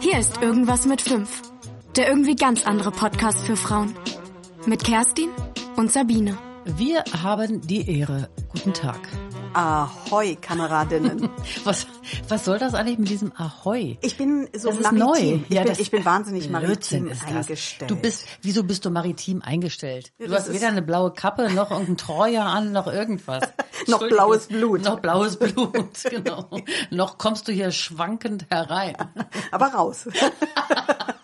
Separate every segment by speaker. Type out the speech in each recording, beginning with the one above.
Speaker 1: Hier ist Irgendwas mit 5. Der irgendwie ganz andere Podcast für Frauen. Mit Kerstin und Sabine.
Speaker 2: Wir haben die Ehre. Guten Tag.
Speaker 3: Ahoi, Kameradinnen.
Speaker 2: Was, was soll das eigentlich mit diesem Ahoi?
Speaker 3: Ich bin so
Speaker 2: Das ist
Speaker 3: maritim.
Speaker 2: neu.
Speaker 3: Ich, bin,
Speaker 2: das-
Speaker 3: ich bin wahnsinnig
Speaker 2: Blödsinn
Speaker 3: maritim
Speaker 2: ist das.
Speaker 3: eingestellt.
Speaker 2: Du bist, wieso bist du maritim eingestellt? Du
Speaker 3: das
Speaker 2: hast
Speaker 3: ist-
Speaker 2: weder eine blaue Kappe noch irgendeinen Treuer an noch irgendwas.
Speaker 3: Noch
Speaker 2: Entschuldigung.
Speaker 3: blaues Blut.
Speaker 2: Noch blaues Blut, genau. noch kommst du hier schwankend herein.
Speaker 3: aber raus.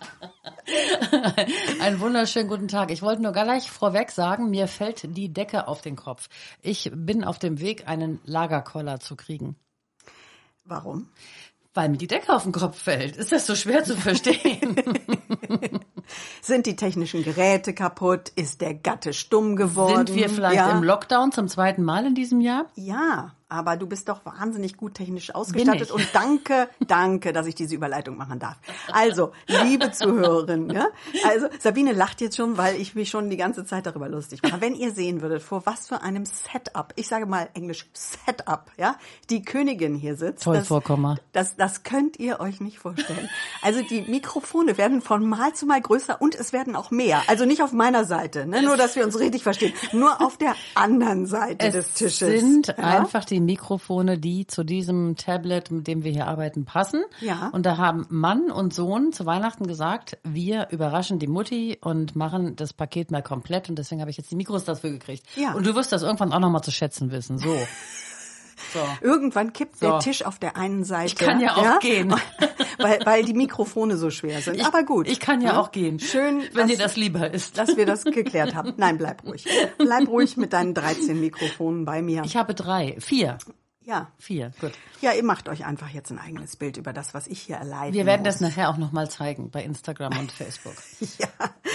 Speaker 2: Einen wunderschönen guten Tag. Ich wollte nur gleich vorweg sagen, mir fällt die Decke auf den Kopf. Ich bin auf dem Weg, einen Lagerkoller zu kriegen.
Speaker 3: Warum?
Speaker 2: Weil mir die Decke auf den Kopf fällt. Ist das so schwer zu verstehen?
Speaker 3: Sind die technischen Geräte kaputt? Ist der Gatte stumm geworden?
Speaker 2: Sind wir vielleicht
Speaker 3: ja.
Speaker 2: im Lockdown zum zweiten Mal in diesem Jahr?
Speaker 3: Ja, aber du bist doch wahnsinnig gut technisch
Speaker 2: Bin
Speaker 3: ausgestattet
Speaker 2: ich.
Speaker 3: und danke, danke, dass ich diese Überleitung machen darf. Also, liebe Zuhörerinnen, ja, also Sabine lacht jetzt schon, weil ich mich schon die ganze Zeit darüber lustig mache. Wenn ihr sehen würdet, vor was für einem Setup, ich sage mal Englisch Setup, ja, die Königin hier sitzt.
Speaker 2: Voll Vorkommer.
Speaker 3: Das, das könnt ihr euch nicht vorstellen. Also die Mikrofone werden von Mal zu Mal größer und es werden auch mehr. Also nicht auf meiner Seite, ne? nur dass wir uns richtig verstehen. Nur auf der anderen Seite des Tisches.
Speaker 2: sind äh,
Speaker 3: ja?
Speaker 2: einfach die Mikrofone, die zu diesem Tablet, mit dem wir hier arbeiten, passen.
Speaker 3: Ja.
Speaker 2: Und da haben Mann und Sohn zu Weihnachten gesagt, wir überraschen die Mutti und machen das Paket mal komplett. Und deswegen habe ich jetzt die Mikros dafür gekriegt.
Speaker 3: Ja.
Speaker 2: Und du wirst das irgendwann auch nochmal zu schätzen wissen. So. so.
Speaker 3: Irgendwann kippt
Speaker 2: So.
Speaker 3: der Tisch auf der einen Seite. Ich
Speaker 2: kann ja auch gehen.
Speaker 3: Weil, weil die Mikrofone so schwer sind. Aber gut. ne?
Speaker 2: Ich kann ja, auch gehen.
Speaker 3: Schön,
Speaker 2: Wenn
Speaker 3: dass-
Speaker 2: dir das lieber ist.
Speaker 3: Dass wir das geklärt haben. Nein, bleib ruhig. Bleib ruhig mit deinen 13 Mikrofonen bei mir.
Speaker 2: Ich habe drei. Vier.
Speaker 3: ja.
Speaker 2: Vier. Gut.
Speaker 3: Ja, ihr macht euch einfach jetzt ein eigenes Bild über das, was ich hier erleide.
Speaker 2: Wir werden das
Speaker 3: muss.
Speaker 2: nachher auch nochmal zeigen bei Instagram und Facebook.
Speaker 3: Ja.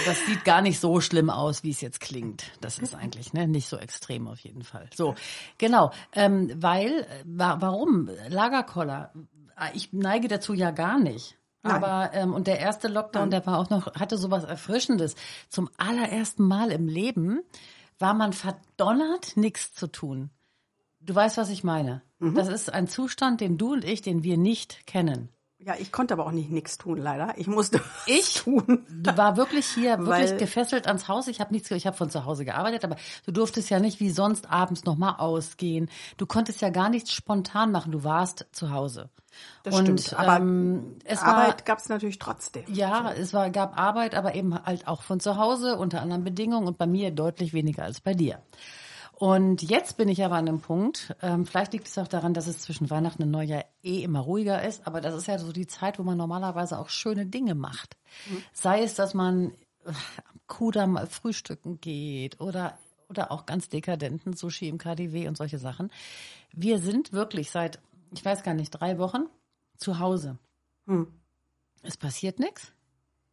Speaker 2: Das sieht gar nicht so schlimm aus, wie es jetzt klingt. Das ist eigentlich ne? nicht so extrem auf jeden Fall. So, genau. Ähm, weil, äh, wa warum? Lagerkoller. Ah, Ich neige dazu ja gar nicht. Aber ähm, und der erste Lockdown, der war auch noch, hatte sowas Erfrischendes. Zum allerersten Mal im Leben war man verdonnert, nichts zu tun. Du weißt, was ich meine. Das ist ein Zustand, den du und ich, den wir nicht kennen.
Speaker 3: Ja, ich konnte aber auch nicht nichts tun, leider. Ich musste was
Speaker 2: Ich?
Speaker 3: tun.
Speaker 2: Du war wirklich hier, wirklich
Speaker 3: Weil-
Speaker 2: gefesselt ans Haus. Ich habe nichts, ge- ich habe von zu Hause gearbeitet, aber du durftest ja nicht wie sonst abends nochmal ausgehen. Du konntest ja gar nichts spontan machen. Du warst zu Hause.
Speaker 3: Das
Speaker 2: Und,
Speaker 3: stimmt. Aber
Speaker 2: ähm, es war
Speaker 3: Arbeit gab's natürlich trotzdem.
Speaker 2: ja, es war, gab Arbeit, aber eben halt auch von zu Hause unter anderen Bedingungen und bei mir deutlich weniger als bei dir. Und jetzt bin ich aber an einem Punkt, ähm, vielleicht liegt es auch daran, dass es zwischen Weihnachten und Neujahr eh immer ruhiger ist, aber das ist ja so die Zeit, wo man normalerweise auch schöne Dinge macht. Sei es, dass man äh, am Kudamm mal frühstücken geht oder, oder auch ganz dekadenten Sushi im KDW und solche Sachen. Wir sind wirklich seit, ich weiß gar nicht, drei Wochen zu Hause.
Speaker 3: Hm.
Speaker 2: Es passiert nichts.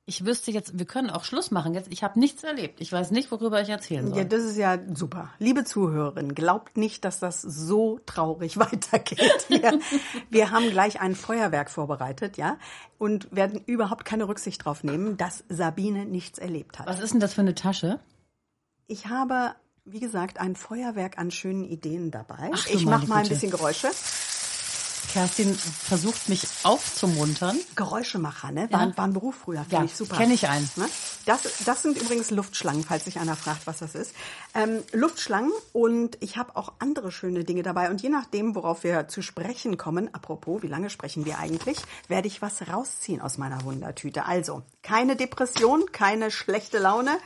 Speaker 2: Ich wüsste jetzt, wir können auch Schluss machen jetzt. Ich habe nichts erlebt. Ich weiß nicht, worüber ich erzählen soll.
Speaker 3: Ja, das ist ja super. Liebe Zuhörerin, glaubt nicht, dass das so traurig weitergeht. Wir, wir haben gleich ein Feuerwerk vorbereitet, ja, und werden überhaupt keine Rücksicht drauf nehmen, dass Sabine nichts erlebt hat.
Speaker 2: Was ist denn das für eine Tasche?
Speaker 3: Ich habe, wie gesagt, ein Feuerwerk an schönen Ideen dabei.
Speaker 2: Ach du
Speaker 3: ich
Speaker 2: meine
Speaker 3: mache mal ein
Speaker 2: Güte.
Speaker 3: bisschen Geräusche.
Speaker 2: Kerstin versucht mich aufzumuntern.
Speaker 3: Geräuschemacher, ne? War,
Speaker 2: Ja.
Speaker 3: war ein Beruf früher, finde
Speaker 2: Ja,
Speaker 3: ich super.
Speaker 2: kenn ich einen.
Speaker 3: Ne? Das, das sind übrigens Luftschlangen, falls sich einer fragt, was das ist. Ähm, Luftschlangen und ich habe auch andere schöne Dinge dabei. Und je nachdem, worauf wir zu sprechen kommen, apropos, wie lange sprechen wir eigentlich, werde ich was rausziehen aus meiner Wundertüte. Also, keine Depression, keine schlechte Laune.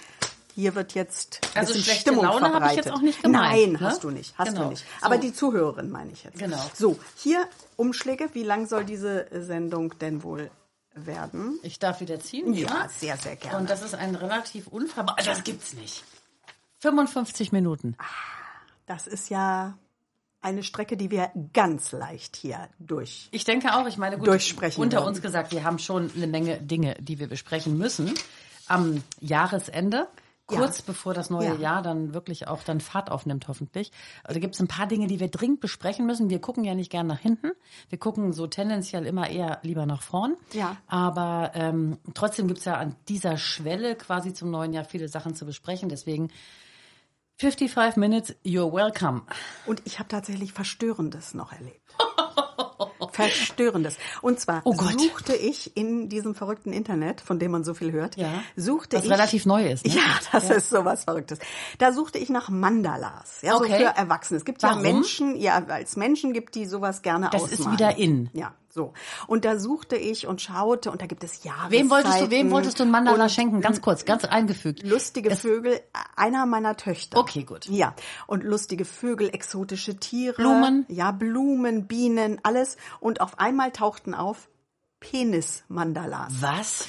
Speaker 3: Hier wird jetzt ein
Speaker 2: Also
Speaker 3: bisschen
Speaker 2: schlechte
Speaker 3: Stimmung
Speaker 2: Laune
Speaker 3: verbreitet.
Speaker 2: habe ich jetzt auch nicht gemeint,
Speaker 3: Nein,
Speaker 2: ne?
Speaker 3: hast du nicht, hast
Speaker 2: Genau.
Speaker 3: du nicht. Aber
Speaker 2: So.
Speaker 3: die Zuhörerin meine ich jetzt.
Speaker 2: Genau.
Speaker 3: So, hier Umschläge. Wie lang soll diese Sendung denn wohl werden?
Speaker 2: Ich darf wieder ziehen. wie
Speaker 3: Ja,
Speaker 2: immer.
Speaker 3: sehr, sehr gerne.
Speaker 2: Und das ist ein relativ unverbar. Das gibt's nicht. 55 Minuten.
Speaker 3: Das ist ja eine Strecke, die wir ganz leicht hier durch.
Speaker 2: Ich denke auch, ich meine, gut,
Speaker 3: Durchsprechen
Speaker 2: unter
Speaker 3: würden.
Speaker 2: uns gesagt, wir haben schon eine Menge Dinge, die wir besprechen müssen am Jahresende. Kurz
Speaker 3: Ja.
Speaker 2: bevor das neue
Speaker 3: Ja.
Speaker 2: Jahr dann wirklich auch dann Fahrt aufnimmt, hoffentlich. Also gibt es ein paar Dinge, die wir dringend besprechen müssen. Wir gucken ja nicht gern nach hinten. Wir gucken so tendenziell immer eher lieber nach vorn.
Speaker 3: Ja.
Speaker 2: Aber ähm, trotzdem gibt es ja an dieser Schwelle quasi zum neuen Jahr viele Sachen zu besprechen. Deswegen 55 Minutes, you're welcome.
Speaker 3: Und ich habe tatsächlich Verstörendes noch erlebt. Verstörendes. Und zwar
Speaker 2: Oh Gott.
Speaker 3: suchte ich in diesem verrückten Internet, von dem man so viel hört,
Speaker 2: Ja.
Speaker 3: suchte
Speaker 2: Was
Speaker 3: ich.
Speaker 2: relativ neu ist, ne?
Speaker 3: Ja, das ist sowas Verrücktes. Da suchte ich nach Mandalas. Ja, so
Speaker 2: Okay.
Speaker 3: für Erwachsene. Es gibt
Speaker 2: Warum?
Speaker 3: ja Menschen, ja, als Menschen gibt die sowas gerne
Speaker 2: Das ist
Speaker 3: ausmalen.
Speaker 2: wieder in.
Speaker 3: Ja, so. Und da suchte ich und schaute und da gibt es Jahreszeiten.
Speaker 2: Wem wolltest du, wem wolltest du ein Mandala
Speaker 3: und
Speaker 2: schenken? Ganz kurz, ganz eingefügt.
Speaker 3: Lustige Vögel, äh, einer meiner Töchter.
Speaker 2: Okay, gut.
Speaker 3: Ja, und lustige Vögel, exotische Tiere.
Speaker 2: Blumen?
Speaker 3: Ja, Blumen, Bienen, alles. Und auf einmal tauchten auf Penis-Mandalas.
Speaker 2: Was?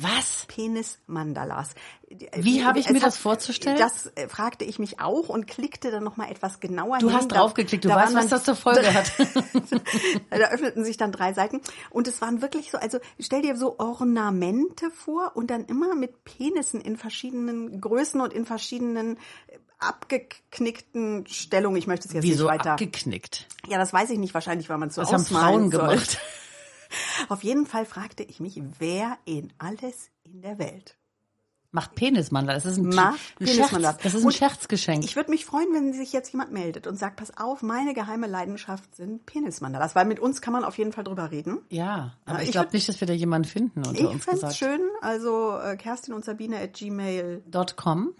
Speaker 2: Was?
Speaker 3: Penis-Mandalas.
Speaker 2: Wie habe ich
Speaker 3: Es
Speaker 2: mir
Speaker 3: hat-
Speaker 2: das vorzustellen?
Speaker 3: Das äh, fragte ich mich auch und klickte dann nochmal etwas genauer
Speaker 2: Du
Speaker 3: hin.
Speaker 2: hast
Speaker 3: Da-
Speaker 2: draufgeklickt, du
Speaker 3: da
Speaker 2: weißt,
Speaker 3: waren
Speaker 2: was
Speaker 3: dann
Speaker 2: das zur Folge hat.
Speaker 3: da öffneten sich dann drei Seiten und es waren wirklich so, also stell dir so Ornamente vor und dann immer mit Penissen in verschiedenen Größen und in verschiedenen äh, abgeknickten Stellungen. Ich möchte es jetzt
Speaker 2: Wieso
Speaker 3: nicht weiter.
Speaker 2: abgeknickt?
Speaker 3: ja, das weiß ich nicht wahrscheinlich, weil man es so
Speaker 2: Das haben Frauen
Speaker 3: ausmalen soll.
Speaker 2: gemacht.
Speaker 3: Auf jeden Fall fragte ich mich, wer in alles in der Welt
Speaker 2: Macht Penismandler. Das ist ein,
Speaker 3: macht
Speaker 2: ein
Speaker 3: Penis
Speaker 2: Scherz.
Speaker 3: man
Speaker 2: Das ist ein
Speaker 3: Und
Speaker 2: Scherzgeschenk.
Speaker 3: Ich würde mich freuen, wenn sich jetzt jemand meldet und sagt, pass auf, meine geheime Leidenschaft sind Penismandalas, weil mit uns kann man auf jeden Fall drüber reden.
Speaker 2: ja, aber
Speaker 3: Ja,
Speaker 2: ich
Speaker 3: ich
Speaker 2: glaube
Speaker 3: würd-
Speaker 2: nicht, dass wir da jemanden finden unter
Speaker 3: Ich
Speaker 2: uns
Speaker 3: fände
Speaker 2: gesagt.
Speaker 3: es schön, also äh, Kerstin und Sabine at Gmail
Speaker 2: Dot com.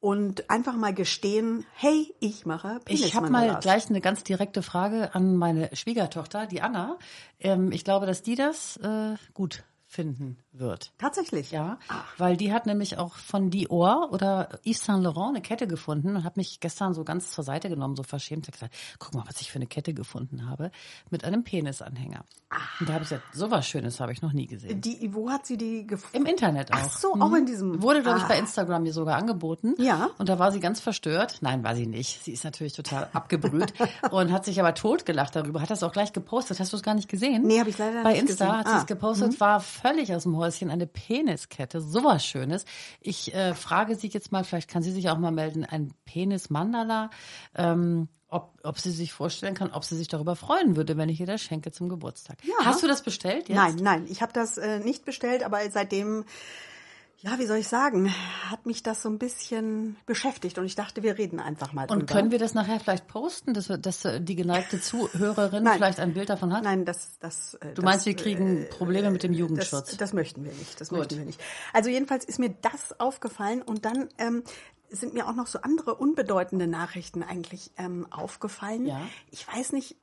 Speaker 3: und einfach mal gestehen, hey, ich mache Penis
Speaker 2: Ich habe mal gleich eine ganz direkte Frage an meine Schwiegertochter, die Anna. Ähm, ich glaube, dass die das äh, gut finden wird.
Speaker 3: Tatsächlich.
Speaker 2: Ja, weil die hat nämlich auch von Dior oder Yves Saint Laurent eine Kette gefunden und hat mich gestern so ganz zur Seite genommen, so verschämt, hat gesagt, guck mal, was ich für eine Kette gefunden habe, mit einem Penisanhänger. Und da habe ich gesagt, sowas Schönes habe ich noch nie gesehen.
Speaker 3: Die, wo hat sie die gefunden?
Speaker 2: Im Internet auch. Mhm.
Speaker 3: Ach so, auch in diesem-
Speaker 2: Wurde, glaube ich, bei
Speaker 3: Ah.
Speaker 2: Instagram mir sogar angeboten.
Speaker 3: Ja.
Speaker 2: Und da war sie ganz verstört. Nein, war sie nicht. Sie ist natürlich total abgebrüht und hat sich aber totgelacht darüber. Hat das auch gleich gepostet. Hast du es gar nicht gesehen?
Speaker 3: Nee, habe ich leider
Speaker 2: Bei
Speaker 3: nicht
Speaker 2: Insta
Speaker 3: gesehen.
Speaker 2: hat sie
Speaker 3: Ah.
Speaker 2: es gepostet, war völlig aus dem Häuschen. Eine Peniskette. Sowas Schönes. Ich äh, frage sie jetzt mal, vielleicht kann sie sich auch mal melden, ein Penis-Mandala. Ähm, ob, ob sie sich vorstellen kann, ob sie sich darüber freuen würde, wenn ich ihr das schenke zum Geburtstag.
Speaker 3: Ja.
Speaker 2: Hast du das bestellt jetzt?
Speaker 3: Nein, nein, ich habe das äh, nicht bestellt, aber seitdem, ja, wie soll ich sagen, hat mich das so ein bisschen beschäftigt und ich dachte, wir reden einfach mal drüber.
Speaker 2: Und können wir das nachher vielleicht posten, dass, wir, dass äh, die geneigte Zuhörerin
Speaker 3: Nein.
Speaker 2: vielleicht ein Bild davon hat?
Speaker 3: Nein, das, das. äh,
Speaker 2: Du
Speaker 3: das,
Speaker 2: meinst, wir kriegen Probleme mit dem Jugendschutz?
Speaker 3: Das, das möchten wir nicht. Das möchten wir nicht. Also jedenfalls ist mir das aufgefallen und dann ähm, sind mir auch noch so andere unbedeutende Nachrichten eigentlich ähm, aufgefallen.
Speaker 2: Ja.
Speaker 3: Ich weiß nicht,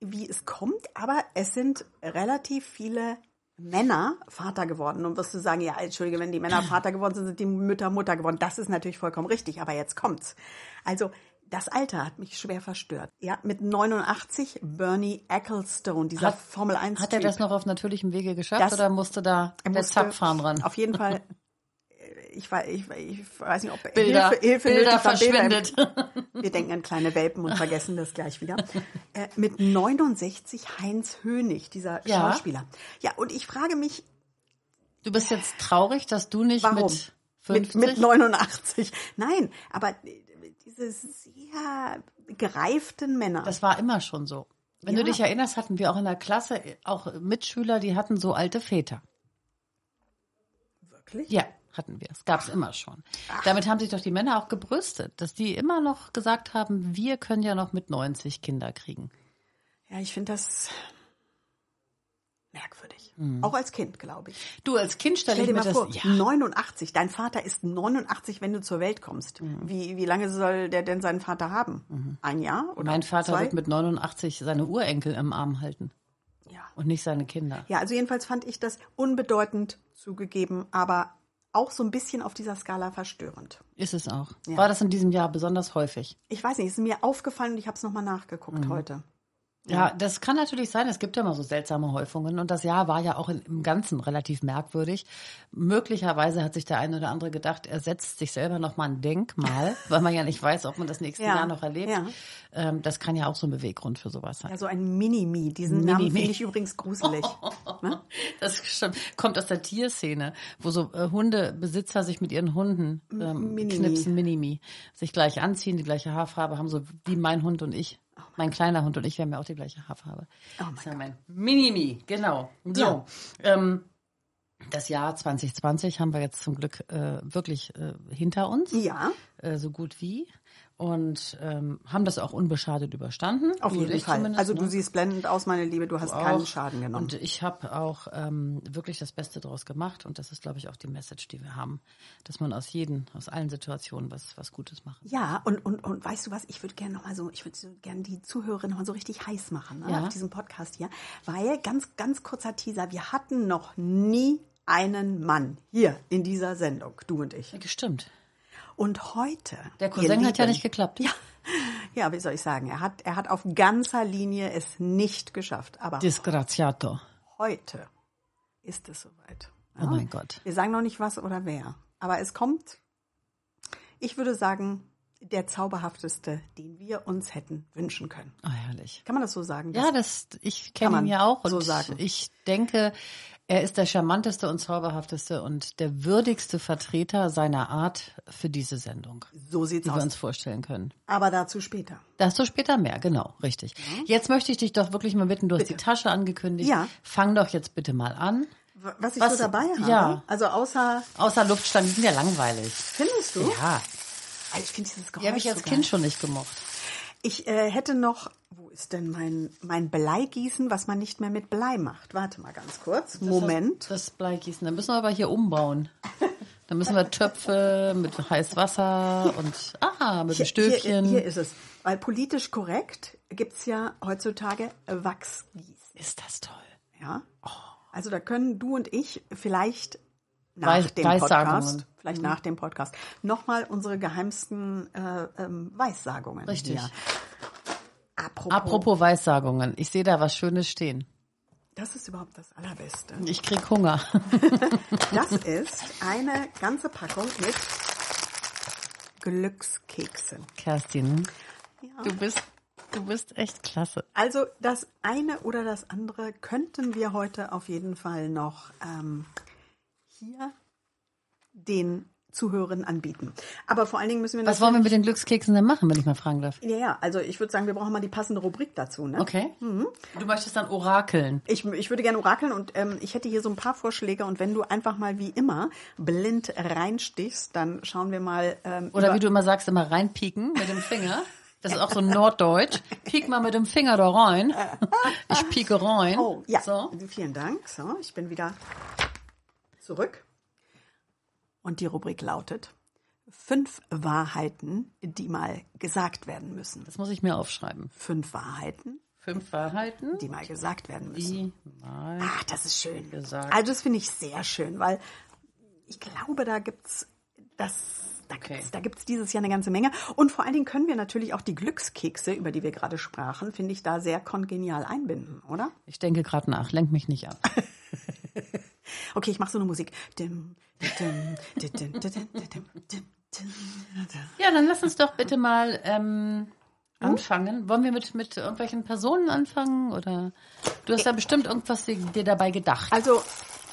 Speaker 3: wie es kommt, aber es sind relativ viele Männer Vater geworden. Und wirst du sagen, ja, entschuldige, wenn die Männer Vater geworden sind, sind die Mütter Mutter geworden. Das ist natürlich vollkommen richtig, aber jetzt kommt's. Also, das Alter hat mich schwer verstört. Ja, mit 89 Bernie Ecclestone, dieser
Speaker 2: Hat-
Speaker 3: Formel 1
Speaker 2: hat er das noch auf natürlichem Wege geschafft
Speaker 3: Das-
Speaker 2: oder musste da
Speaker 3: er
Speaker 2: der
Speaker 3: musste
Speaker 2: Zapfhahn ran?
Speaker 3: Auf jeden Fall. Ich weiß, ich, ich weiß nicht, ob
Speaker 2: Bilder,
Speaker 3: Hilfe, Hilfe
Speaker 2: Bilder
Speaker 3: nötig war, Bilder im-
Speaker 2: verschwindet.
Speaker 3: wir denken an kleine Welpen und vergessen das gleich wieder. Äh, mit 69 Heinz Hönig, dieser
Speaker 2: Ja.
Speaker 3: Schauspieler. Ja, und ich frage mich,
Speaker 2: Du bist jetzt traurig, dass du nicht
Speaker 3: Warum?
Speaker 2: mit 50...
Speaker 3: mit, mit 89, nein, aber diese sehr gereiften Männer.
Speaker 2: das war immer schon so. Wenn
Speaker 3: Ja.
Speaker 2: du dich erinnerst, hatten wir auch in der Klasse äh, auch Mitschüler, die hatten so alte Väter.
Speaker 3: wirklich?
Speaker 2: Ja, hatten wir. Es gab's immer schon. Damit haben sich doch die Männer auch gebrüstet, dass die immer noch gesagt haben, wir können ja noch mit 90 Kinder kriegen.
Speaker 3: Ja, ich finde das merkwürdig.
Speaker 2: Hm.
Speaker 3: Auch als Kind, glaube ich.
Speaker 2: Du als Kind stell,
Speaker 3: Stell
Speaker 2: ich
Speaker 3: dir
Speaker 2: mir
Speaker 3: mal
Speaker 2: das
Speaker 3: vor,
Speaker 2: Ja.
Speaker 3: 89. Dein Vater ist 89, wenn du zur Welt kommst.
Speaker 2: Mhm.
Speaker 3: Wie, wie lange soll der denn seinen Vater haben? Ein Jahr oder
Speaker 2: Mein Vater
Speaker 3: zwei?
Speaker 2: wird mit 89 seine Urenkel im Arm halten
Speaker 3: ja.
Speaker 2: und nicht seine Kinder.
Speaker 3: Ja, also jedenfalls fand ich das unbedeutend zugegeben, aber auch so ein bisschen auf dieser Skala verstörend.
Speaker 2: Ist es auch.
Speaker 3: Ja.
Speaker 2: War das in diesem Jahr besonders häufig?
Speaker 3: Ich weiß nicht, es ist mir aufgefallen und ich habe es nochmal nachgeguckt
Speaker 2: Mhm.
Speaker 3: heute.
Speaker 2: Ja, das kann natürlich sein. Es gibt ja immer so seltsame Häufungen. Und das Jahr war ja auch in, im Ganzen relativ merkwürdig. Möglicherweise hat sich der eine oder andere gedacht, er setzt sich selber nochmal ein Denkmal, weil man ja nicht weiß, ob man das nächste
Speaker 3: Ja,
Speaker 2: Jahr noch erlebt.
Speaker 3: ja.
Speaker 2: Ähm, das kann ja auch so ein Beweggrund für sowas sein.
Speaker 3: Ja, so ein Mini-Me. Diesen Namen
Speaker 2: Mini-Me.
Speaker 3: finde ich übrigens gruselig. ne?
Speaker 2: Das stimmt. kommt aus der Tierszene, wo so äh, Hundebesitzer sich mit ihren Hunden ähm,
Speaker 3: Minimi.
Speaker 2: knipsen, Minimi, sich gleich anziehen, die gleiche Haarfarbe haben, so wie mein Hund und ich. mein kleiner Hund und ich, wir haben ja auch die gleiche Haarfarbe.
Speaker 3: Oh mein
Speaker 2: das ist ja mein Minimi, genau. So.
Speaker 3: Ja.
Speaker 2: Ähm, Das Jahr 2020 haben wir jetzt zum Glück äh, wirklich äh, hinter uns,
Speaker 3: Ja,
Speaker 2: äh, so gut wie. Und ähm, haben das auch unbeschadet überstanden.
Speaker 3: auf
Speaker 2: Du und
Speaker 3: jeden
Speaker 2: ich
Speaker 3: Fall.
Speaker 2: zumindest,
Speaker 3: Also du
Speaker 2: ne?
Speaker 3: siehst blendend aus, meine Liebe. Du hast
Speaker 2: auch.
Speaker 3: keinen Schaden genommen.
Speaker 2: Und ich habe auch ähm, wirklich das Beste daraus gemacht. Und das ist, glaube ich, auch die Message, die wir haben, dass man aus jeden, aus allen Situationen was, was Gutes macht.
Speaker 3: Ja, und, und, und weißt du was, ich würde gerne nochmal so, ich würde so gerne die Zuhörerin nochmal so richtig heiß machen ne,
Speaker 2: Ja.
Speaker 3: auf diesem Podcast hier, weil ganz, ganz kurzer Teaser, wir hatten noch nie einen Mann hier in dieser Sendung, du und ich.
Speaker 2: Stimmt.
Speaker 3: Und heute.
Speaker 2: Der
Speaker 3: ihr
Speaker 2: Cousin hat ja
Speaker 3: Lieben,
Speaker 2: nicht geklappt. Ja.
Speaker 3: Ja, wie soll ich sagen, er hat, er hat auf ganzer Linie es nicht geschafft, aber
Speaker 2: Disgraziato.
Speaker 3: heute ist es soweit.
Speaker 2: Oh mein Gott.
Speaker 3: Wir sagen noch nicht was oder wer, aber es kommt, ich würde sagen, der zauberhafteste, den wir uns hätten wünschen können.
Speaker 2: Oh, herrlich.
Speaker 3: Kann man das so sagen?
Speaker 2: Ja,
Speaker 3: Das-
Speaker 2: das, ich
Speaker 3: Kann
Speaker 2: kenne
Speaker 3: man
Speaker 2: ihn ja auch und
Speaker 3: so sagen.
Speaker 2: ich denke, er ist der charmanteste und zauberhafteste und der würdigste Vertreter seiner Art für diese Sendung,
Speaker 3: so sieht's
Speaker 2: die wir
Speaker 3: aus.
Speaker 2: uns vorstellen können.
Speaker 3: Aber dazu später.
Speaker 2: Dazu später mehr, genau, richtig. Jetzt möchte ich dich doch wirklich mal bitten, du hast die Tasche angekündigt.
Speaker 3: Mhm. Ja.
Speaker 2: Fang doch jetzt bitte mal an.
Speaker 3: W- Was ich
Speaker 2: Was-
Speaker 3: so dabei habe,
Speaker 2: ja.
Speaker 3: also außer,
Speaker 2: Außer Luftstangen, die sind ja langweilig.
Speaker 3: findest du?
Speaker 2: Ja,
Speaker 3: Also ich finde dieses Geräusch
Speaker 2: die habe ich als
Speaker 3: so
Speaker 2: Kind
Speaker 3: geil.
Speaker 2: schon nicht gemocht.
Speaker 3: Ich äh, hätte noch, wo ist denn mein, mein Bleigießen, was man nicht mehr mit Blei macht? Warte mal ganz kurz. Moment.
Speaker 2: Das, das Bleigießen. Dann müssen wir aber hier umbauen. Dann müssen wir Töpfe mit heißem Wasser und aha, mit
Speaker 3: Hier-
Speaker 2: einem Stöbchen.
Speaker 3: Hier, hier ist es. Weil politisch korrekt gibt's ja heutzutage Wachsgießen.
Speaker 2: Ist das toll.
Speaker 3: Ja?
Speaker 2: Oh.
Speaker 3: Also da können du und ich vielleicht nach
Speaker 2: Weiß-
Speaker 3: dem
Speaker 2: Weissagungen. Mhm.
Speaker 3: Podcast, vielleicht nach dem Podcast, nochmal unsere geheimsten äh, ähm, Weissagungen.
Speaker 2: Richtig.
Speaker 3: hier. Apropos,
Speaker 2: Apropos Weissagungen, ich sehe da was Schönes stehen.
Speaker 3: das ist überhaupt das Allerbeste.
Speaker 2: Ich krieg Hunger.
Speaker 3: Das ist eine ganze Packung mit Glückskeksen.
Speaker 2: Kerstin,
Speaker 3: Ja.
Speaker 2: du bist, du bist echt klasse.
Speaker 3: Also das eine oder das andere könnten wir heute auf jeden Fall noch ähm, hier den Zuhörern anbieten. Aber vor allen Dingen müssen wir
Speaker 2: Was wollen wir mit den Glückskeksen denn machen, wenn ich mal fragen darf?
Speaker 3: wir? Ja, ja. Also ich würde sagen, wir brauchen mal die passende Rubrik dazu. Ne?
Speaker 2: Okay. Du möchtest dann orakeln.
Speaker 3: Ich, ich würde gerne orakeln und ähm, ich hätte hier so ein paar Vorschläge und wenn du einfach mal wie immer blind reinstichst, dann schauen wir mal. Ähm,
Speaker 2: Oder
Speaker 3: über-
Speaker 2: wie du immer sagst, immer reinpieken mit dem Finger. Das ist auch so norddeutsch. Piek mal mit dem Finger da rein. Ich pieke rein.
Speaker 3: Oh, ja.
Speaker 2: So.
Speaker 3: Vielen Dank. So, ich bin wieder zurück. Und die Rubrik lautet Fünf Wahrheiten, die mal gesagt werden müssen.
Speaker 2: Das muss ich mir aufschreiben.
Speaker 3: Fünf Wahrheiten,
Speaker 2: Fünf Wahrheiten,
Speaker 3: die mal gesagt werden müssen.
Speaker 2: die mal
Speaker 3: Ach, das ist schön.
Speaker 2: gesagt.
Speaker 3: Also das finde ich sehr schön, weil ich glaube, da gibt's das, da
Speaker 2: Okay.
Speaker 3: gibt's, da gibt's dieses Jahr eine ganze Menge. Und vor allen Dingen können wir natürlich auch die Glückskekse, über die wir gerade sprachen, finde ich da sehr kongenial einbinden, oder?
Speaker 2: Ich denke gerade nach, lenk mich nicht ab.
Speaker 3: Okay, ich mache so eine Musik. Dim, dim, dim, dim, dim, dim, dim, dim, dim.
Speaker 2: Ja, dann lass uns doch bitte mal ähm,
Speaker 3: Hm?
Speaker 2: anfangen. Wollen wir mit, mit irgendwelchen Personen anfangen? Oder du hast da bestimmt irgendwas dir dabei gedacht.
Speaker 3: Also,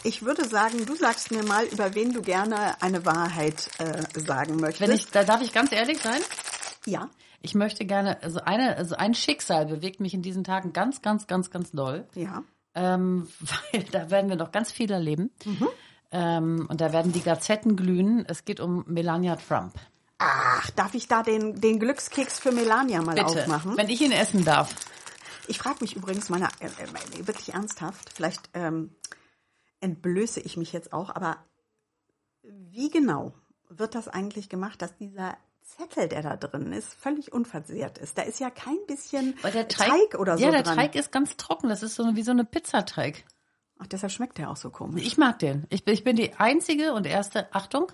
Speaker 3: ich würde sagen, du sagst mir mal, über wen du gerne eine Wahrheit äh, sagen möchtest.
Speaker 2: Wenn ich, da darf ich ganz ehrlich sein.
Speaker 3: ja,
Speaker 2: Ich möchte gerne, also eine, also ein Schicksal bewegt mich in diesen Tagen ganz, ganz, ganz, ganz doll.
Speaker 3: ja.
Speaker 2: Ähm, weil da werden wir noch ganz viel erleben.
Speaker 3: Mhm.
Speaker 2: Ähm, und da werden die Gazetten glühen. Es geht um Melania Trump.
Speaker 3: Ach, darf ich da den, den Glückskeks für Melania mal
Speaker 2: Bitte,
Speaker 3: aufmachen?
Speaker 2: wenn ich ihn essen darf.
Speaker 3: Ich frage mich übrigens, meine, äh, äh, wirklich ernsthaft, vielleicht ähm, entblöße ich mich jetzt auch, aber wie genau wird das eigentlich gemacht, dass dieser Zettel, der da drin ist, völlig unversehrt ist? Da ist ja kein bisschen
Speaker 2: Weil der
Speaker 3: Teig,
Speaker 2: Teig,
Speaker 3: oder so
Speaker 2: Ja, der
Speaker 3: dran.
Speaker 2: Teig ist ganz trocken. Das ist so wie so eine Pizzateig.
Speaker 3: Ach, deshalb schmeckt der auch so komisch.
Speaker 2: Ich mag den. Ich bin, ich bin die einzige und erste, Achtung,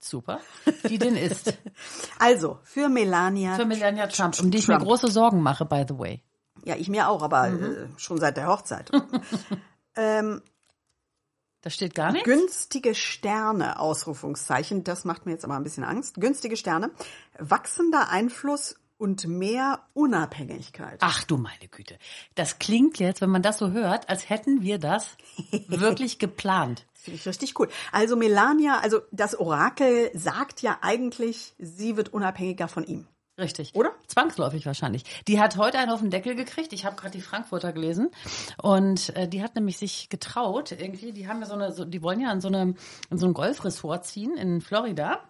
Speaker 2: super, die den isst.
Speaker 3: Also, für Melania,
Speaker 2: Für Melania Trump, um die ich mir
Speaker 3: Trump.
Speaker 2: große Sorgen mache, by the way.
Speaker 3: ja, ich mir auch, aber
Speaker 2: Mhm.
Speaker 3: äh, schon seit der Hochzeit. ähm,
Speaker 2: Da steht gar nichts.
Speaker 3: günstige Sterne, Ausrufungszeichen, das macht mir jetzt aber ein bisschen Angst. Günstige Sterne, wachsender Einfluss und mehr Unabhängigkeit.
Speaker 2: Ach du meine Güte. Das klingt jetzt, wenn man das so hört, als hätten wir das wirklich geplant.
Speaker 3: Finde ich richtig cool. Also Melania, also das Orakel sagt ja eigentlich, sie wird unabhängiger von ihm.
Speaker 2: Richtig.
Speaker 3: Oder?
Speaker 2: Zwangsläufig wahrscheinlich. Die hat heute einen auf den Deckel gekriegt. Ich habe gerade die Frankfurter gelesen und äh, die hat nämlich sich getraut irgendwie. Die haben ja so eine, so, die wollen ja in so einem in so einem Golfresort ziehen in Florida.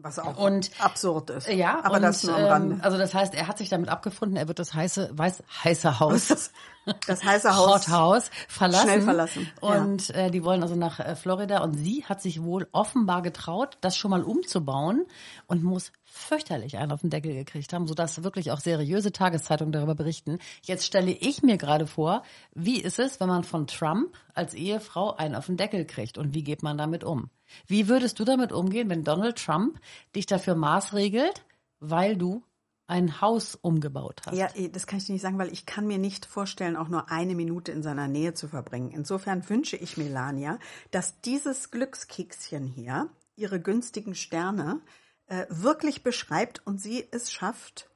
Speaker 3: Was auch
Speaker 2: Und-
Speaker 3: absurd ist.
Speaker 2: Äh, Ja,
Speaker 3: aber
Speaker 2: und,
Speaker 3: das nur am
Speaker 2: Ähm,
Speaker 3: Rande.
Speaker 2: also das heißt, er hat sich damit abgefunden. Er wird das heiße, weiß, heiße Haus.
Speaker 3: Das heiße Haus.
Speaker 2: Hot House verlassen.
Speaker 3: Schnell verlassen, ja.
Speaker 2: Und äh, die wollen also nach äh, Florida und sie hat sich wohl offenbar getraut, das schon mal umzubauen und muss fürchterlich einen auf den Deckel gekriegt haben, sodass wirklich auch seriöse Tageszeitungen darüber berichten. Jetzt stelle ich mir gerade vor, wie ist es, wenn man von Trump als Ehefrau einen auf den Deckel kriegt und wie geht man damit um? Wie würdest du damit umgehen, wenn Donald Trump dich dafür maßregelt, weil du ein Haus umgebaut hast?
Speaker 3: Ja, eh, das kann ich dir nicht sagen, weil ich kann mir nicht vorstellen, auch nur eine Minute in seiner Nähe zu verbringen. Insofern wünsche ich Melania, dass dieses Glückskekschen hier ihre günstigen Sterne äh, wirklich beschreibt und sie es schafft,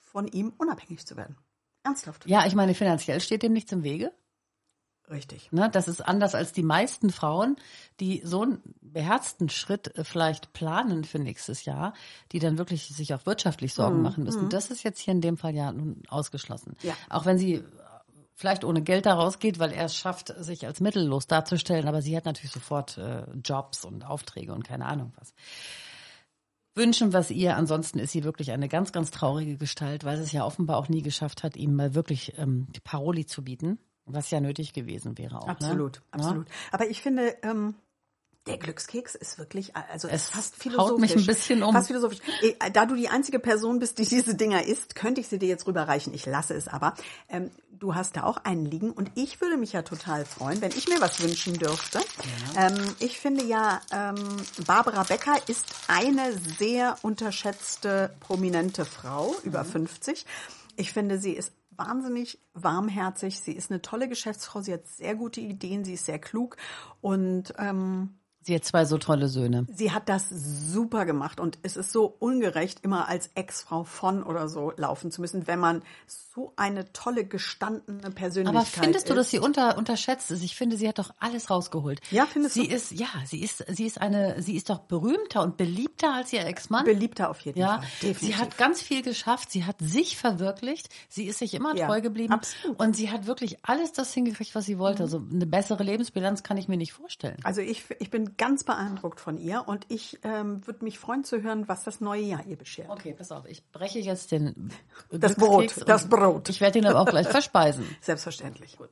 Speaker 3: von ihm unabhängig zu werden. Ernsthaft.
Speaker 2: Ja, ich meine, finanziell steht dem nichts im Wege.
Speaker 3: Richtig.
Speaker 2: Ne, das ist anders als die meisten Frauen, die so einen beherzten Schritt äh, vielleicht planen für nächstes Jahr, die dann wirklich sich auch wirtschaftlich Sorgen machen müssen. Das ist jetzt hier in dem Fall ja nun ausgeschlossen.
Speaker 3: Mhm, Ja.
Speaker 2: Auch wenn sie äh, vielleicht ohne Geld da rausgeht, weil er es schafft, sich als mittellos darzustellen, aber sie hat natürlich sofort äh, Jobs und Aufträge und keine Ahnung was. Wünschen wir es ihr, ansonsten ist sie wirklich eine ganz, ganz traurige Gestalt, weil sie es ja offenbar auch nie geschafft hat, ihm mal wirklich ähm, die Paroli zu bieten. Was ja nötig gewesen wäre auch.
Speaker 3: Absolut,
Speaker 2: ne?
Speaker 3: absolut. Aber ich finde, ähm, der Glückskeks ist wirklich, also es
Speaker 2: Es
Speaker 3: ist fast philosophisch.
Speaker 2: haut mich ein bisschen um.
Speaker 3: Fast philosophisch. Eh, Da du die einzige Person bist, die diese Dinger isst, könnte ich sie dir jetzt rüberreichen. Ich lasse es aber. Ähm, du hast da auch einen liegen und ich würde mich ja total freuen, wenn ich mir was wünschen dürfte. Ähm, ich finde ja, ähm, Barbara Becker ist eine sehr unterschätzte, prominente Frau,
Speaker 2: Mhm.
Speaker 3: über 50. Ich finde, sie ist wahnsinnig warmherzig. Sie ist eine tolle Geschäftsfrau. Sie hat sehr gute Ideen. Sie ist sehr klug und ähm,
Speaker 2: Sie hat zwei so tolle Söhne.
Speaker 3: sie hat das super gemacht. Und es ist so ungerecht, immer als Ex-Frau von oder so laufen zu müssen, wenn man so eine tolle gestandene Persönlichkeit
Speaker 2: Aber findest du,
Speaker 3: ist.
Speaker 2: dass sie unter, unterschätzt ist? Ich finde, sie hat doch alles rausgeholt.
Speaker 3: Ja, findest
Speaker 2: sie
Speaker 3: du?
Speaker 2: ist, ja, sie ist, sie ist eine, sie ist doch berühmter und beliebter als ihr Ex-Mann.
Speaker 3: beliebter auf jeden
Speaker 2: ja,
Speaker 3: Fall?
Speaker 2: sie hat ganz viel geschafft, sie hat sich verwirklicht, sie ist sich immer
Speaker 3: Ja,
Speaker 2: treu geblieben
Speaker 3: absolut. Mhm.
Speaker 2: und sie hat wirklich alles das hingekriegt, was sie wollte. Also eine bessere Lebensbilanz kann ich mir nicht vorstellen.
Speaker 3: Also ich, ich bin ganz beeindruckt von ihr und ich ähm, würde mich freuen zu hören, was das neue Jahr ihr beschert.
Speaker 2: Okay, pass auf, ich breche jetzt den
Speaker 3: Das
Speaker 2: Glückskeks
Speaker 3: Brot,
Speaker 2: und
Speaker 3: das Brot.
Speaker 2: Ich werde ihn aber auch gleich verspeisen.
Speaker 3: Selbstverständlich. Gut.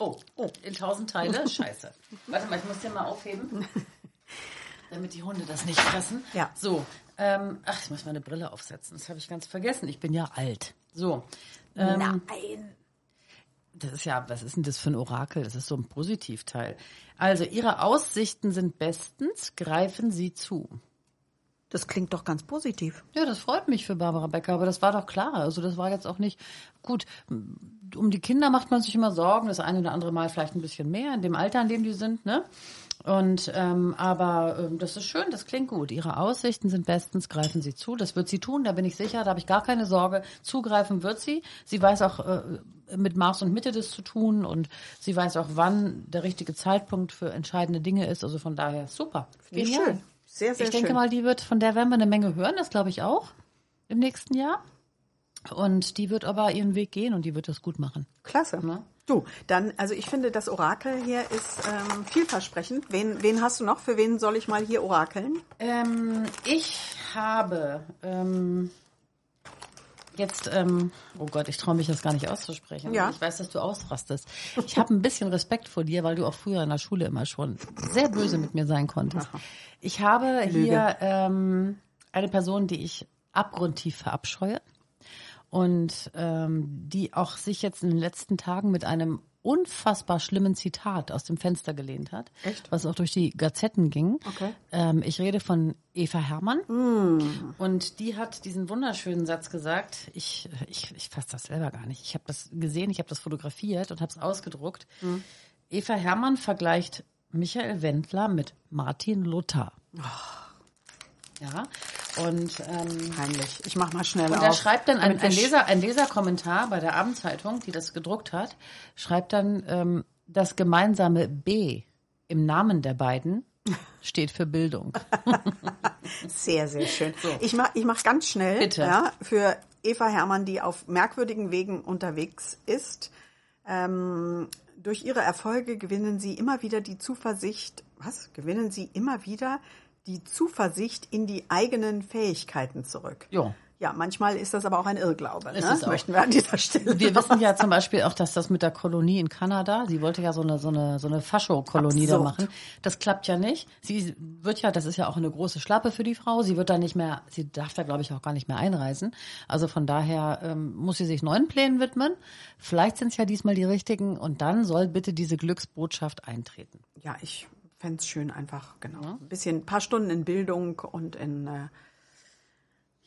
Speaker 2: Oh, oh, in tausend Teile? Scheiße. Warte mal, ich muss den mal aufheben, damit die Hunde das nicht fressen.
Speaker 3: Ja.
Speaker 2: So, ähm, ach, ich muss meine Brille aufsetzen. Das habe ich ganz vergessen. Ich bin ja alt. So. Ähm,
Speaker 3: Nein.
Speaker 2: das ist ja, was ist denn das für ein Orakel? Das ist so ein Positivteil. Also, Ihre Aussichten sind bestens, greifen Sie zu.
Speaker 3: Das klingt doch ganz positiv.
Speaker 2: Ja, das freut mich für Barbara Becker, aber das war doch klar. Also das war jetzt auch nicht gut. Um die Kinder macht man sich immer Sorgen, das eine oder andere Mal vielleicht ein bisschen mehr in dem Alter, in dem die sind, ne? Und ähm, aber ähm, das ist schön, das klingt gut. Ihre Aussichten sind bestens, greifen Sie zu. Das wird sie tun, da bin ich sicher, da habe ich gar keine Sorge. Zugreifen wird sie. Sie weiß auch äh, mit Maß und Mitte das zu tun und sie weiß auch, wann der richtige Zeitpunkt für entscheidende Dinge ist. Also von daher super.
Speaker 3: Wie
Speaker 2: Genial
Speaker 3: schön. Sehr, sehr
Speaker 2: ich denke
Speaker 3: schön.
Speaker 2: mal, die wird, von der werden wir eine Menge hören, das glaube ich auch im nächsten Jahr. Und die wird aber ihren Weg gehen und die wird das gut machen.
Speaker 3: Klasse.
Speaker 2: Ne?
Speaker 3: Du, dann, also ich finde, das Orakel hier ist ähm, vielversprechend. Wen, wen hast du noch? Für wen soll ich mal hier orakeln?
Speaker 2: Ähm, ich habe ähm, jetzt, ähm, oh Gott, ich traue mich das gar nicht auszusprechen.
Speaker 3: Ja.
Speaker 2: Ich weiß, dass du ausrastest. Ich habe ein bisschen Respekt vor dir, weil du auch früher in der Schule immer schon sehr böse mit mir sein konntest. Ich habe hier ähm, eine Person, die ich abgrundtief verabscheue und ähm, die auch sich jetzt in den letzten Tagen mit einem unfassbar schlimmen Zitat aus dem Fenster gelehnt hat,
Speaker 3: Echt?
Speaker 2: was auch durch die Gazetten ging.
Speaker 3: Okay.
Speaker 2: Ähm, ich rede von Eva Herrmann und die hat diesen wunderschönen Satz gesagt. Ich, ich, ich fasse das selber gar nicht. Ich habe das gesehen, ich habe das fotografiert und habe es ausgedruckt. Eva Herrmann vergleicht Michael Wendler mit Martin Luther. Ja, und ähm,
Speaker 3: Heimlich. Ich mach mal schnell
Speaker 2: und
Speaker 3: auf.
Speaker 2: da schreibt dann ein,
Speaker 3: damit wir
Speaker 2: ein, Leser, ein Leserkommentar bei der Abendzeitung, die das gedruckt hat, schreibt dann, ähm, das gemeinsame B im Namen der beiden steht für Bildung.
Speaker 3: Sehr, sehr schön. Ich mach, ich mach ganz schnell
Speaker 2: Bitte.
Speaker 3: Ja, für Eva Hermann, die auf merkwürdigen Wegen unterwegs ist. Ähm, durch ihre Erfolge gewinnen sie immer wieder die Zuversicht, was? Gewinnen sie immer wieder die Zuversicht in die eigenen Fähigkeiten zurück.
Speaker 2: Ja.
Speaker 3: Ja, manchmal ist das aber auch ein Irrglaube.
Speaker 2: Ist
Speaker 3: ne?
Speaker 2: es auch.
Speaker 3: Möchten wir an dieser Stelle.
Speaker 2: Wir wissen ja zum Beispiel auch, dass das mit der Kolonie in Kanada, sie wollte ja so eine, so eine, so eine Fascho-Kolonie da
Speaker 3: Absurd.
Speaker 2: machen. Das klappt ja nicht. Sie wird ja, das ist ja auch eine große Schlappe für die Frau. Sie wird da nicht mehr, sie darf da glaube ich auch gar nicht mehr einreisen. Also von daher ähm, muss sie sich neuen Plänen widmen. Vielleicht sind es ja diesmal die richtigen und dann soll bitte diese Glücksbotschaft eintreten.
Speaker 3: ja, ich fänd's schön einfach, genau. Ein bisschen, ein paar Stunden in Bildung und in, äh,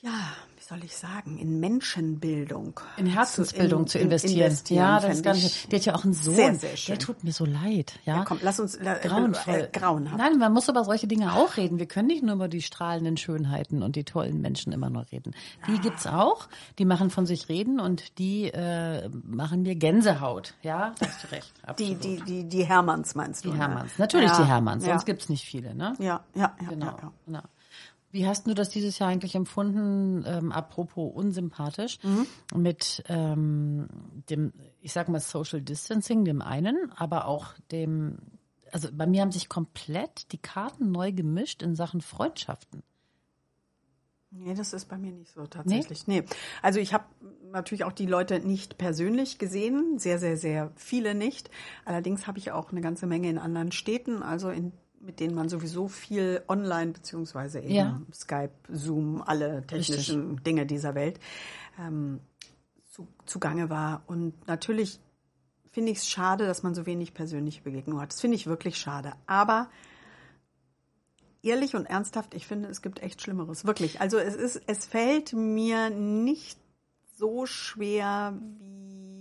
Speaker 3: ja, wie soll ich sagen, in Menschenbildung.
Speaker 2: In Herzensbildung zu,
Speaker 3: in-
Speaker 2: investieren.
Speaker 3: investieren
Speaker 2: Ja, das ist
Speaker 3: fänd
Speaker 2: gar
Speaker 3: ich
Speaker 2: nicht. Die hat ja auch einen Sohn.
Speaker 3: Sehr, sehr schön.
Speaker 2: Der tut mir so leid. Ja,
Speaker 3: komm, lass uns- la-
Speaker 2: grauenvoll.
Speaker 3: äh, grauenhaft.
Speaker 2: Nein, man muss über solche Dinge auch reden. Wir können nicht nur über die strahlenden Schönheiten und die tollen Menschen immer nur reden. Die gibt's auch. Die machen von sich reden und die äh, machen mir Gänsehaut. Ja, da hast du recht.
Speaker 3: Die,
Speaker 2: Absolut.
Speaker 3: die, die, die Hermanns meinst du?
Speaker 2: Die
Speaker 3: ne?
Speaker 2: Hermanns. Natürlich
Speaker 3: ja,
Speaker 2: die Hermanns.
Speaker 3: Ja,
Speaker 2: Sonst gibt's nicht viele. Ne?
Speaker 3: ja, ja, ja,
Speaker 2: Genau.
Speaker 3: ja, ja.
Speaker 2: Na. Wie hast du das dieses Jahr eigentlich empfunden, ähm, apropos unsympathisch,
Speaker 3: Mhm.
Speaker 2: mit ähm, dem, ich sag mal, Social Distancing, dem einen, aber auch dem, also bei mir haben sich komplett die Karten neu gemischt in Sachen Freundschaften.
Speaker 3: Nee, das ist bei mir nicht so tatsächlich. Nee. Also ich habe natürlich auch die Leute nicht persönlich gesehen, sehr, sehr, sehr viele nicht. Allerdings habe ich auch eine ganze Menge in anderen Städten, also in mit denen man sowieso viel online beziehungsweise eben
Speaker 2: Ja.
Speaker 3: Skype, Zoom, alle technischen Dinge dieser Welt ähm, zu, zugange war. Und natürlich finde ich es schade, dass man so wenig persönliche Begegnung hat. Das finde ich wirklich schade. Aber ehrlich und ernsthaft, ich finde, es gibt echt Schlimmeres. Wirklich. Also es ist, es fällt mir nicht so schwer, wie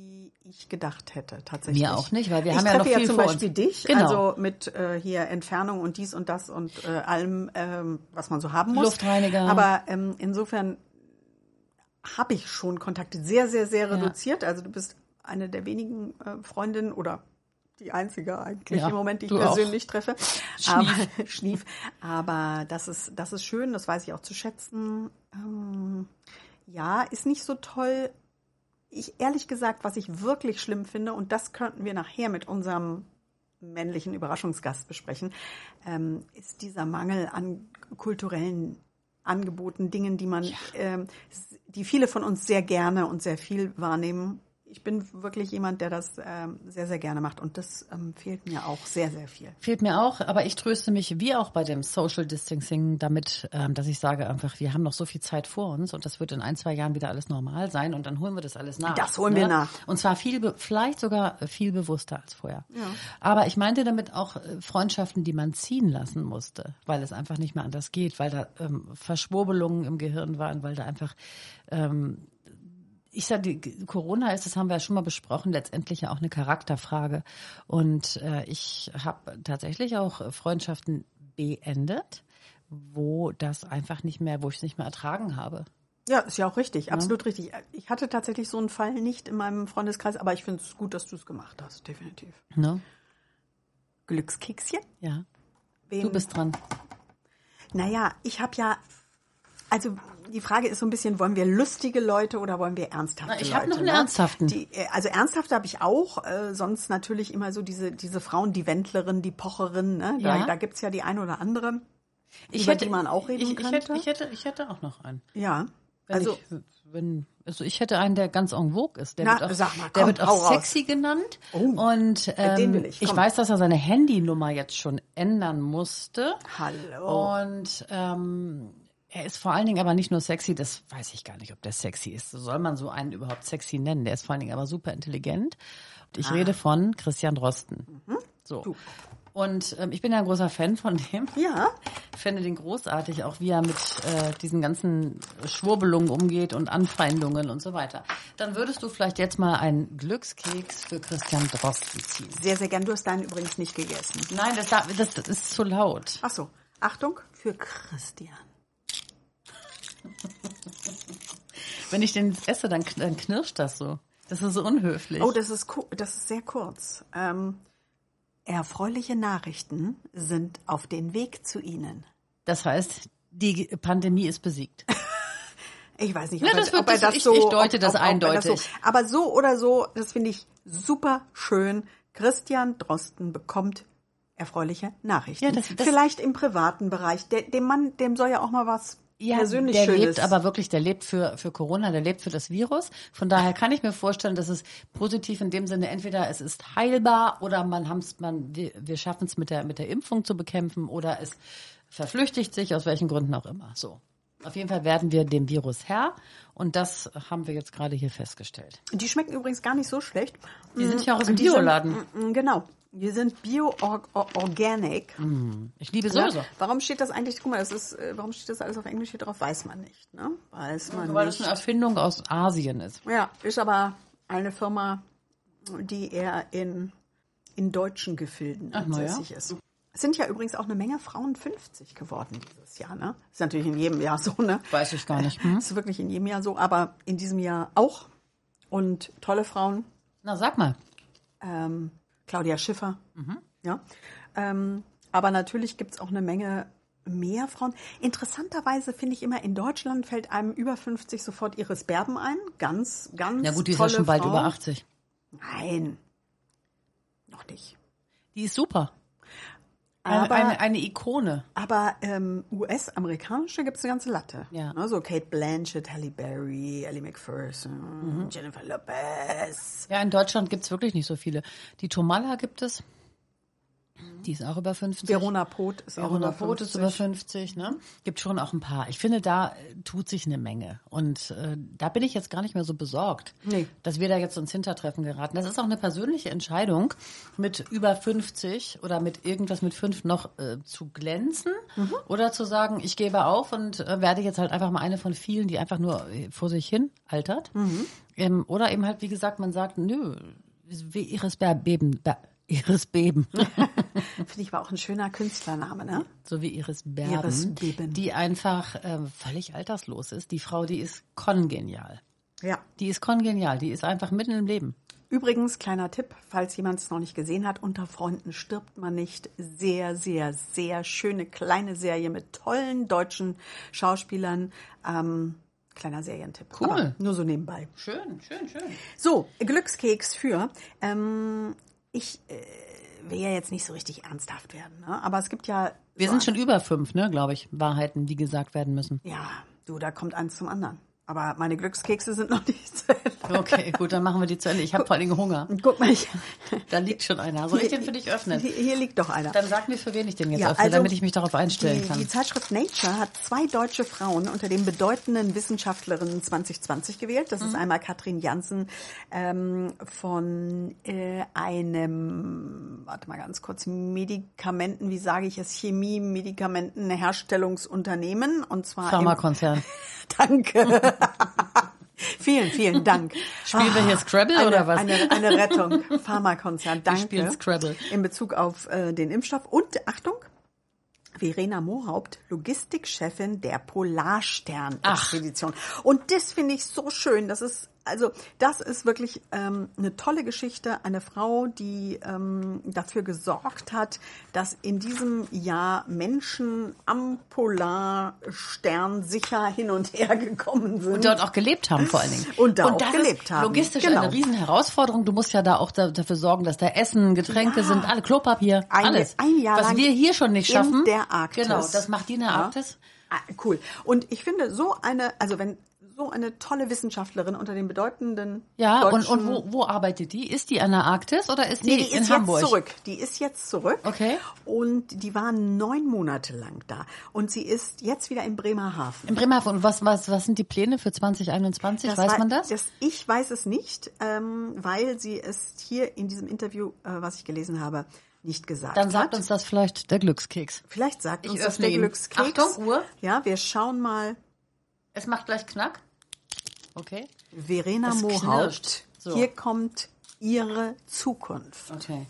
Speaker 3: ich gedacht hätte, tatsächlich.
Speaker 2: Mir auch nicht, weil wir
Speaker 3: ich
Speaker 2: haben ja
Speaker 3: treffe
Speaker 2: noch viel
Speaker 3: ja zum
Speaker 2: vor
Speaker 3: Beispiel
Speaker 2: uns.
Speaker 3: dich,
Speaker 2: Genau.
Speaker 3: also mit äh, hier Entfernung und dies und das und äh, allem, ähm, was man so haben muss.
Speaker 2: Luftreiniger.
Speaker 3: Aber ähm, insofern habe ich schon Kontakte sehr, sehr, sehr reduziert. Also du bist eine der wenigen äh, Freundinnen oder die einzige eigentlich
Speaker 2: Ja,
Speaker 3: im Moment, die ich
Speaker 2: du auch.
Speaker 3: persönlich treffe. Aber, schlief. Aber das ist, das ist schön, das weiß ich auch zu schätzen. Ähm, ja, ist nicht so toll. Ich ehrlich gesagt, was ich wirklich schlimm finde, und das könnten wir nachher mit unserem männlichen Überraschungsgast besprechen, ähm, ist dieser Mangel an kulturellen Angeboten, Dingen, die man, ähm, s- die viele von uns sehr gerne und sehr viel wahrnehmen. Ich bin wirklich jemand, der das ähm, sehr, sehr gerne macht und das ähm, fehlt mir auch sehr, sehr viel.
Speaker 2: Fehlt mir auch, aber ich tröste mich wie auch bei dem Social Distancing damit, ähm, dass ich sage einfach, wir haben noch so viel Zeit vor uns und das wird in ein, zwei Jahren wieder alles normal sein und dann holen wir das alles nach. ne?
Speaker 3: Das holen wir nach.
Speaker 2: Und zwar viel, be- vielleicht sogar viel bewusster als vorher. Aber ich meinte damit auch äh, Freundschaften, die man ziehen lassen musste, weil es einfach nicht mehr anders geht, weil da ähm, Verschwurbelungen im Gehirn waren, weil da einfach ich sage, die- Corona ist, das haben wir ja schon mal besprochen, letztendlich ja auch eine Charakterfrage. Und äh, ich habe tatsächlich auch äh, Freundschaften beendet, wo das einfach nicht mehr, wo ich es nicht mehr ertragen habe.
Speaker 3: Ja, ist ja auch richtig,
Speaker 2: Ne?
Speaker 3: absolut richtig. Ich hatte tatsächlich so einen Fall nicht in meinem Freundeskreis, aber ich finde es gut, dass du es gemacht hast, definitiv.
Speaker 2: Ne?
Speaker 3: Glückskekschen?
Speaker 2: Ja.
Speaker 3: Wem?
Speaker 2: Du bist dran.
Speaker 3: Naja, ich habe ja. Also die Frage ist so ein bisschen, wollen wir lustige Leute oder wollen wir ernsthafte
Speaker 2: Na, ich
Speaker 3: Leute? ne?
Speaker 2: hab noch einen ernsthaften.
Speaker 3: Die, äh, also ernsthafte habe ich auch, äh, sonst natürlich immer so diese, diese Frauen, die Wendlerin, die Pocherin. Ne? Da,
Speaker 2: Ja.
Speaker 3: da gibt's ja die eine oder andere, über die man auch reden
Speaker 2: ich, ich,
Speaker 3: könnte.
Speaker 2: hätte, ich, hätte, ich hätte auch noch einen.
Speaker 3: ja,
Speaker 2: Wenn
Speaker 3: also
Speaker 2: ich, wenn, also ich hätte einen, der ganz en vogue ist. Der
Speaker 3: Na,
Speaker 2: wird auch,
Speaker 3: sag mal,
Speaker 2: der
Speaker 3: komm,
Speaker 2: wird
Speaker 3: hau
Speaker 2: auch
Speaker 3: raus.
Speaker 2: sexy genannt.
Speaker 3: Oh,
Speaker 2: und ähm,
Speaker 3: den will ich,
Speaker 2: ich,
Speaker 3: komm.
Speaker 2: weiß, dass er seine Handynummer jetzt schon ändern musste. Oh.
Speaker 3: Hallo.
Speaker 2: Und ähm, er ist vor allen Dingen aber nicht nur sexy, das weiß ich gar nicht, ob der sexy ist. Soll man so einen überhaupt sexy nennen? Der ist vor allen Dingen aber super intelligent. Und ich rede von Christian Drosten. So. Und ähm, ich bin ja ein großer Fan von dem.
Speaker 3: ja,
Speaker 2: Ich finde den großartig, auch wie er mit äh, diesen ganzen Schwurbelungen umgeht und Anfeindungen und so weiter. Dann würdest du vielleicht jetzt mal einen Glückskeks für Christian Drosten ziehen.
Speaker 3: sehr, sehr gern. Du hast deinen übrigens nicht gegessen.
Speaker 2: Nein, das, darf- das, das ist zu laut.
Speaker 3: Ach so, Achtung für Christian.
Speaker 2: Wenn ich den esse, dann, kn- dann knirscht das so. Das ist so unhöflich.
Speaker 3: Oh, das ist, ku- das ist sehr kurz. Ähm, Erfreuliche Nachrichten sind auf den Weg zu Ihnen.
Speaker 2: Das heißt, die Pandemie ist besiegt.
Speaker 3: Ich weiß nicht,
Speaker 2: Ja,
Speaker 3: ob,
Speaker 2: das
Speaker 3: er,
Speaker 2: wird-
Speaker 3: ob er
Speaker 2: das-
Speaker 3: das
Speaker 2: ich-
Speaker 3: so.
Speaker 2: ich deute
Speaker 3: ob,
Speaker 2: das
Speaker 3: ob, ob er Das so,
Speaker 2: eindeutig.
Speaker 3: aber so oder so, das finde ich super schön. Christian Drosten bekommt erfreuliche Nachrichten.
Speaker 2: Ja, das- das-
Speaker 3: Vielleicht im privaten Bereich. Der, dem Mann, dem soll ja auch mal was persönlich
Speaker 2: der
Speaker 3: Schönes.
Speaker 2: lebt aber wirklich, der lebt für, für Corona, der lebt für das Virus. Von daher kann ich mir vorstellen, dass es positiv in dem Sinne, entweder es ist heilbar oder man haben's, man, wir, wir schaffen es mit der, mit der Impfung zu bekämpfen oder es verflüchtigt sich, aus welchen Gründen auch immer. So. Auf jeden Fall werden wir dem Virus Herr und das haben wir jetzt gerade hier festgestellt.
Speaker 3: Die schmecken übrigens gar nicht so schlecht.
Speaker 2: Die sind ja auch aus dem
Speaker 3: Mhm. Die sind-
Speaker 2: Bioladen.
Speaker 3: Mm, mm, Genau. Die sind bio-organic.
Speaker 2: Mhm. Ich liebe
Speaker 3: Ja,
Speaker 2: sowieso.
Speaker 3: warum steht das eigentlich? Guck mal, das ist, äh, warum steht das alles auf Englisch hier drauf? Weiß man nicht. Ne? Weiß man
Speaker 2: Weil das
Speaker 3: nicht.
Speaker 2: eine Erfindung aus Asien ist.
Speaker 3: Ja, ist aber eine Firma, die eher in, in deutschen Gefilden
Speaker 2: na ja.
Speaker 3: ansässig ist. Es sind ja übrigens auch eine Menge Frauen 50 geworden dieses Jahr, ne? Ist natürlich in jedem Jahr so, ne?
Speaker 2: Weiß ich gar nicht.
Speaker 3: Ist wirklich in jedem Jahr so, aber in diesem Jahr auch. Und tolle Frauen,
Speaker 2: Na, sag
Speaker 3: Hm?
Speaker 2: mal.
Speaker 3: ähm, Claudia Schiffer.
Speaker 2: Mhm.
Speaker 3: Ja. Ähm, aber natürlich gibt's auch eine Menge mehr Frauen. Interessanterweise finde ich immer, in Deutschland fällt einem über 50 sofort Iris Berben ein. Ganz, ganz
Speaker 2: Na gut, die ist ja
Speaker 3: tolle
Speaker 2: schon bald
Speaker 3: Frau.
Speaker 2: über 80.
Speaker 3: Nein, noch nicht.
Speaker 2: Die ist super. Eine,
Speaker 3: Aber,
Speaker 2: eine, eine Ikone.
Speaker 3: aber ähm, US-amerikanische gibt's eine ganze Latte.
Speaker 2: Ja.
Speaker 3: Ne, so Kate Blanchett, Halle Berry, Ellie McPherson,
Speaker 2: Mhm.
Speaker 3: Jennifer Lopez.
Speaker 2: Ja, in Deutschland gibt's wirklich nicht so viele. Die Tomala gibt es. Die ist auch über 50.
Speaker 3: Verona Poth ist auch
Speaker 2: Verona
Speaker 3: über
Speaker 2: Poth ist
Speaker 3: 50.
Speaker 2: über 50, ne? Gibt schon auch ein paar. Ich finde, da äh, tut sich eine Menge. Und äh, da bin ich jetzt gar nicht mehr so besorgt,
Speaker 3: Nee.
Speaker 2: dass wir da jetzt ins Hintertreffen geraten. Das ist auch eine persönliche Entscheidung, mit über 50 oder mit irgendwas mit 5 noch äh, zu glänzen oder zu sagen, ich gebe auf und äh, werde jetzt halt einfach mal eine von vielen, die einfach nur äh, vor sich hin altert. Ähm, oder eben halt, wie gesagt, man sagt, nö, wie Iris Be- Beben, Be- Iris Beben.
Speaker 3: Finde ich war auch ein schöner Künstlername, ne?
Speaker 2: so wie Iris Berben,
Speaker 3: Iris Berben.
Speaker 2: die einfach ähm, völlig alterslos ist. Die Frau, die ist kongenial.
Speaker 3: Ja.
Speaker 2: Die ist kongenial, die ist einfach mitten im Leben.
Speaker 3: Übrigens, kleiner Tipp, falls jemand es noch nicht gesehen hat, unter Freunden stirbt man nicht. Sehr, sehr, sehr schöne kleine Serie mit tollen deutschen Schauspielern. Ähm, kleiner Serientipp.
Speaker 2: Cool.
Speaker 3: Aber nur so nebenbei.
Speaker 2: Schön, schön, schön.
Speaker 3: So, Glückskeks für. Ähm, ich äh, will ja jetzt nicht so richtig ernsthaft werden, ne? aber es gibt ja.
Speaker 2: Wir
Speaker 3: so
Speaker 2: sind schon über fünf, ne, glaube ich, Wahrheiten, die gesagt werden müssen.
Speaker 3: ein- Ja, du, da kommt eins zum anderen. Aber meine Glückskekse sind noch nicht zu Ende.
Speaker 2: Okay, gut, dann machen wir die zu Ende. Ich habe vor allen Dingen Hunger.
Speaker 3: Guck mal, ich,
Speaker 2: Da liegt schon einer. Soll ich den für dich öffnen?
Speaker 3: hier, hier liegt doch einer.
Speaker 2: Dann sag mir, für wen ich den jetzt
Speaker 3: Ja,
Speaker 2: öffne,
Speaker 3: also
Speaker 2: damit ich mich darauf einstellen
Speaker 3: die,
Speaker 2: kann.
Speaker 3: Die Zeitschrift Nature hat zwei deutsche Frauen unter den bedeutenden Wissenschaftlerinnen 2020 gewählt. Das
Speaker 2: Mhm.
Speaker 3: ist einmal Katrin Janssen ähm, von äh, einem, warte mal ganz kurz, Medikamenten, wie sage ich es, Chemie, Medikamenten, Herstellungsunternehmen und zwar im,
Speaker 2: Pharmakonzern.
Speaker 3: Danke. vielen, vielen Dank.
Speaker 2: Spielen wir hier Scrabble
Speaker 3: eine,
Speaker 2: oder was?
Speaker 3: Eine, eine Rettung. Pharmakonzern, danke.
Speaker 2: spielen Scrabble.
Speaker 3: In Bezug auf äh, den Impfstoff. Und Achtung, Verena Mohaupt, Logistikchefin der Polarstern-Expedition. Und das finde ich so schön. Das ist, also, das ist wirklich ähm, eine tolle Geschichte. Eine Frau, die ähm, dafür gesorgt hat, dass in diesem Jahr Menschen am Polarstern sicher hin und her gekommen sind.
Speaker 2: Und dort auch gelebt haben vor allen Dingen.
Speaker 3: Und da auch
Speaker 2: das
Speaker 3: gelebt
Speaker 2: ist
Speaker 3: haben.
Speaker 2: Logistisch
Speaker 3: Genau.
Speaker 2: eine Riesenherausforderung. Du musst ja da auch da, dafür sorgen, dass da Essen, Getränke sind, alle Klopapier,
Speaker 3: Ein-
Speaker 2: alles.
Speaker 3: ein Jahr
Speaker 2: Was
Speaker 3: lang
Speaker 2: wir hier schon nicht
Speaker 3: in
Speaker 2: schaffen.
Speaker 3: der Arktis.
Speaker 2: Genau, das macht die in der
Speaker 3: Ja.
Speaker 2: Arktis.
Speaker 3: Ah, cool. Und ich finde, so eine, also wenn so eine tolle Wissenschaftlerin unter den bedeutenden
Speaker 2: Ja, und, und
Speaker 3: deutschen
Speaker 2: wo, wo arbeitet die? Ist die an der Arktis oder ist die,
Speaker 3: Nee, die ist
Speaker 2: in
Speaker 3: jetzt
Speaker 2: Hamburg?
Speaker 3: zurück. Die ist jetzt zurück.
Speaker 2: Okay.
Speaker 3: Und die war neun Monate lang da. Und sie ist jetzt wieder in Bremerhaven.
Speaker 2: In Bremerhaven. Und was, was, was sind die Pläne für 2021? Weiß
Speaker 3: war-
Speaker 2: man das?
Speaker 3: Ich weiß es nicht, ähm, weil sie es hier in diesem Interview, äh, was ich gelesen habe, nicht gesagt
Speaker 2: Dann
Speaker 3: hat.
Speaker 2: sagt uns das vielleicht der Glückskeks.
Speaker 3: Vielleicht sagt
Speaker 2: Ich
Speaker 3: uns das
Speaker 2: öffne
Speaker 3: der
Speaker 2: ihn.
Speaker 3: Glückskeks.
Speaker 2: Achtung, Uhr.
Speaker 3: Ja, wir schauen mal.
Speaker 2: Es macht gleich Knack. Okay.
Speaker 3: Verena
Speaker 2: Es
Speaker 3: Mohaupt.
Speaker 2: knirscht. So.
Speaker 3: Hier kommt ihre Zukunft.
Speaker 2: Okay.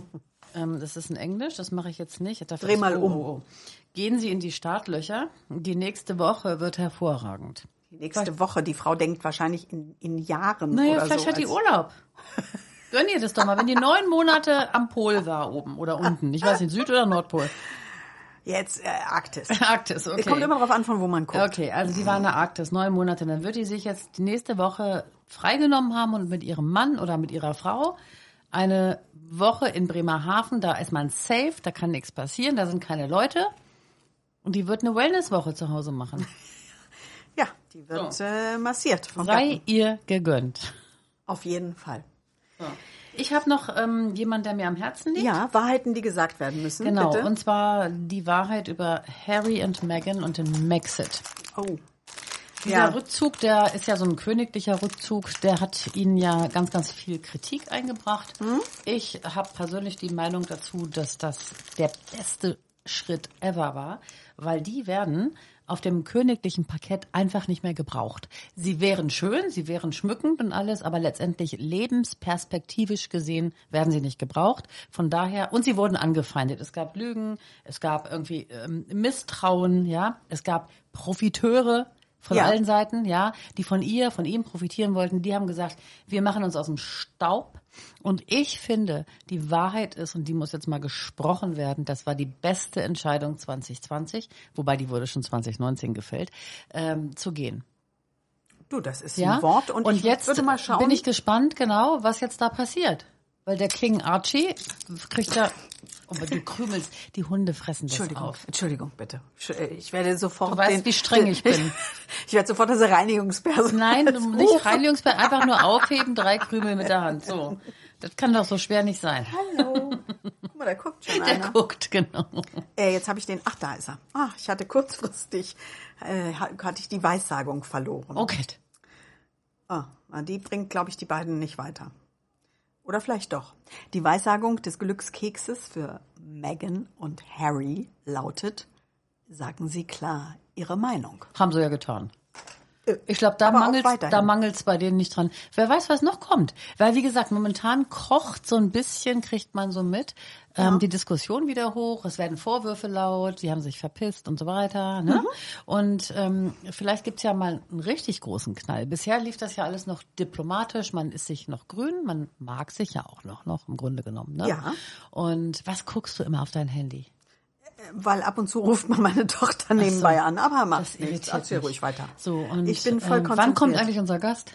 Speaker 2: ähm, das ist in Englisch, das mache ich jetzt nicht. Dafür
Speaker 3: Dreh
Speaker 2: ist-
Speaker 3: mal um.
Speaker 2: Gehen Sie in die Startlöcher. Die nächste Woche wird hervorragend.
Speaker 3: Die nächste Woche, die Frau denkt wahrscheinlich in, in Jahren
Speaker 2: Naja,
Speaker 3: oder
Speaker 2: vielleicht
Speaker 3: so.
Speaker 2: hat die
Speaker 3: als-
Speaker 2: Urlaub. Gönn ihr das doch mal, wenn die neun Monate am Pol war, oben oder unten. Ich weiß nicht, Süd- oder Nordpol.
Speaker 3: Jetzt äh, Arktis.
Speaker 2: Arktis, okay.
Speaker 3: Es kommt immer drauf an, von wo man guckt.
Speaker 2: Okay, also die war in der Arktis, neun Monate. Dann wird die sich jetzt die nächste Woche freigenommen haben und mit ihrem Mann oder mit ihrer Frau eine Woche in Bremerhaven. Da ist man safe, da kann nichts passieren, da sind keine Leute. Und die wird eine Wellnesswoche zu Hause machen.
Speaker 3: Ja, die wird äh, massiert. Vom
Speaker 2: Sei
Speaker 3: Gatten.
Speaker 2: ihr gegönnt.
Speaker 3: Auf jeden Fall.
Speaker 2: Ich habe noch ähm, jemanden, der mir am Herzen liegt.
Speaker 3: Ja, Wahrheiten, die gesagt werden müssen.
Speaker 2: Genau,
Speaker 3: Bitte.
Speaker 2: und zwar die Wahrheit über Harry und Meghan und den Maxit.
Speaker 3: oh.
Speaker 2: Dieser
Speaker 3: Ja.
Speaker 2: Rückzug, der ist ja so ein königlicher Rückzug, der hat ihnen ja ganz, ganz viel Kritik eingebracht. Ich habe persönlich die Meinung dazu, dass das der beste Schritt ever war, weil die werden auf dem königlichen Parkett einfach nicht mehr gebraucht. Sie wären schön, sie wären schmückend und alles, aber letztendlich lebensperspektivisch gesehen werden sie nicht gebraucht. Von daher, und sie wurden angefeindet. Es gab Lügen, es gab irgendwie ähm, Misstrauen, ja, es gab Profiteure, von
Speaker 3: Ja.
Speaker 2: allen Seiten, ja, die von ihr, von ihm profitieren wollten, die haben gesagt, wir machen uns aus dem Staub. Und ich finde, die Wahrheit ist, und die muss jetzt mal gesprochen werden, das war die beste Entscheidung 2020, wobei die wurde schon 2019 gefällt, ähm, zu gehen.
Speaker 3: Du, das ist
Speaker 2: Ja?
Speaker 3: ein Wort. Und, ich
Speaker 2: jetzt
Speaker 3: würde mal schauen.
Speaker 2: bin ich gespannt, genau, was jetzt da passiert. Weil der King Archie kriegt ja, oh, aber du krümelst, die Hunde fressen das
Speaker 3: Entschuldigung,
Speaker 2: auf.
Speaker 3: Entschuldigung, bitte. Sch- äh, Ich werde sofort.
Speaker 2: Du weißt, wie streng ich bin.
Speaker 3: Ich werde sofort das Reinigungspersonal.
Speaker 2: Nein, du
Speaker 3: rufen.
Speaker 2: nicht Reinigungsbad, einfach nur aufheben, drei Krümel mit der Hand. So. Das kann doch so schwer nicht sein.
Speaker 3: Hallo. Guck mal, da guckt schon
Speaker 2: Der
Speaker 3: einer.
Speaker 2: guckt, genau.
Speaker 3: Äh, jetzt habe ich den. Ach, da ist er. Ah, ich hatte kurzfristig äh, ha- hatte ich die Weissagung verloren.
Speaker 2: Okay.
Speaker 3: Ah, na, die bringt, glaube ich, die beiden nicht weiter. Oder vielleicht doch. Die Weissagung des Glückskekses für Meghan und Harry lautet: Sagen Sie klar Ihre Meinung.
Speaker 2: Haben sie ja getan. Ich glaube, da
Speaker 3: Äh, Aber auch
Speaker 2: mangelt's,
Speaker 3: weiterhin.
Speaker 2: da mangelt's bei denen nicht dran. Wer weiß, was noch kommt. Weil, wie gesagt, momentan kocht so ein bisschen, kriegt man so mit, ähm, die Diskussion wieder hoch, es werden Vorwürfe laut, sie haben sich verpisst und so weiter.
Speaker 3: Mhm.
Speaker 2: Ne? Und ähm, vielleicht gibt's ja mal einen richtig großen Knall. Bisher lief das ja alles noch diplomatisch, man ist sich noch grün, man mag sich ja auch noch, noch im Grunde genommen. Ne?
Speaker 3: Ja.
Speaker 2: Und was guckst du immer auf dein Handy?
Speaker 3: Weil ab und zu ruft man meine Tochter nebenbei an, aber
Speaker 2: Das
Speaker 3: macht nichts.
Speaker 2: irritiert
Speaker 3: Erzähl
Speaker 2: mich.
Speaker 3: ruhig weiter.
Speaker 2: So, und,
Speaker 3: ich bin voll
Speaker 2: ähm,
Speaker 3: konzentriert,
Speaker 2: Wann kommt eigentlich unser Gast?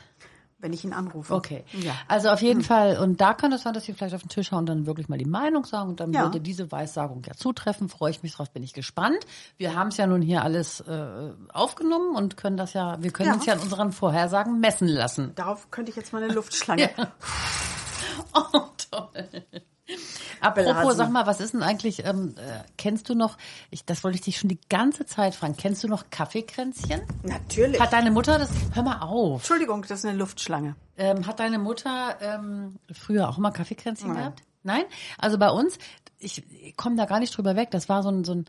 Speaker 3: wenn ich ihn anrufe.
Speaker 2: Okay.
Speaker 3: Ja.
Speaker 2: Also auf jeden Fall, und da kann es sein, dass wir vielleicht auf den Tisch hauen und dann wirklich mal die Meinung sagen und dann
Speaker 3: Ja.
Speaker 2: würde diese Weissagung ja zutreffen. Freue ich mich drauf, bin ich gespannt. Wir haben es ja nun hier alles äh, aufgenommen und können das ja, wir können
Speaker 3: Ja.
Speaker 2: uns ja an unseren Vorhersagen messen lassen.
Speaker 3: Darauf könnte ich jetzt mal eine Luftschlange.
Speaker 2: Oh, toll. Apropos,
Speaker 3: Blasen.
Speaker 2: sag mal, was ist denn eigentlich, ähm, äh, kennst du noch, ich, das wollte ich dich schon die ganze Zeit fragen, kennst du noch Kaffeekränzchen?
Speaker 3: Natürlich.
Speaker 2: Hat deine Mutter das, hör mal auf.
Speaker 3: Entschuldigung, das ist eine Luftschlange.
Speaker 2: Ähm, hat deine Mutter ähm, früher auch mal Kaffeekränzchen gehabt? Nein? Also bei uns, ich, ich komme da gar nicht drüber weg. Das war so ein, so ein.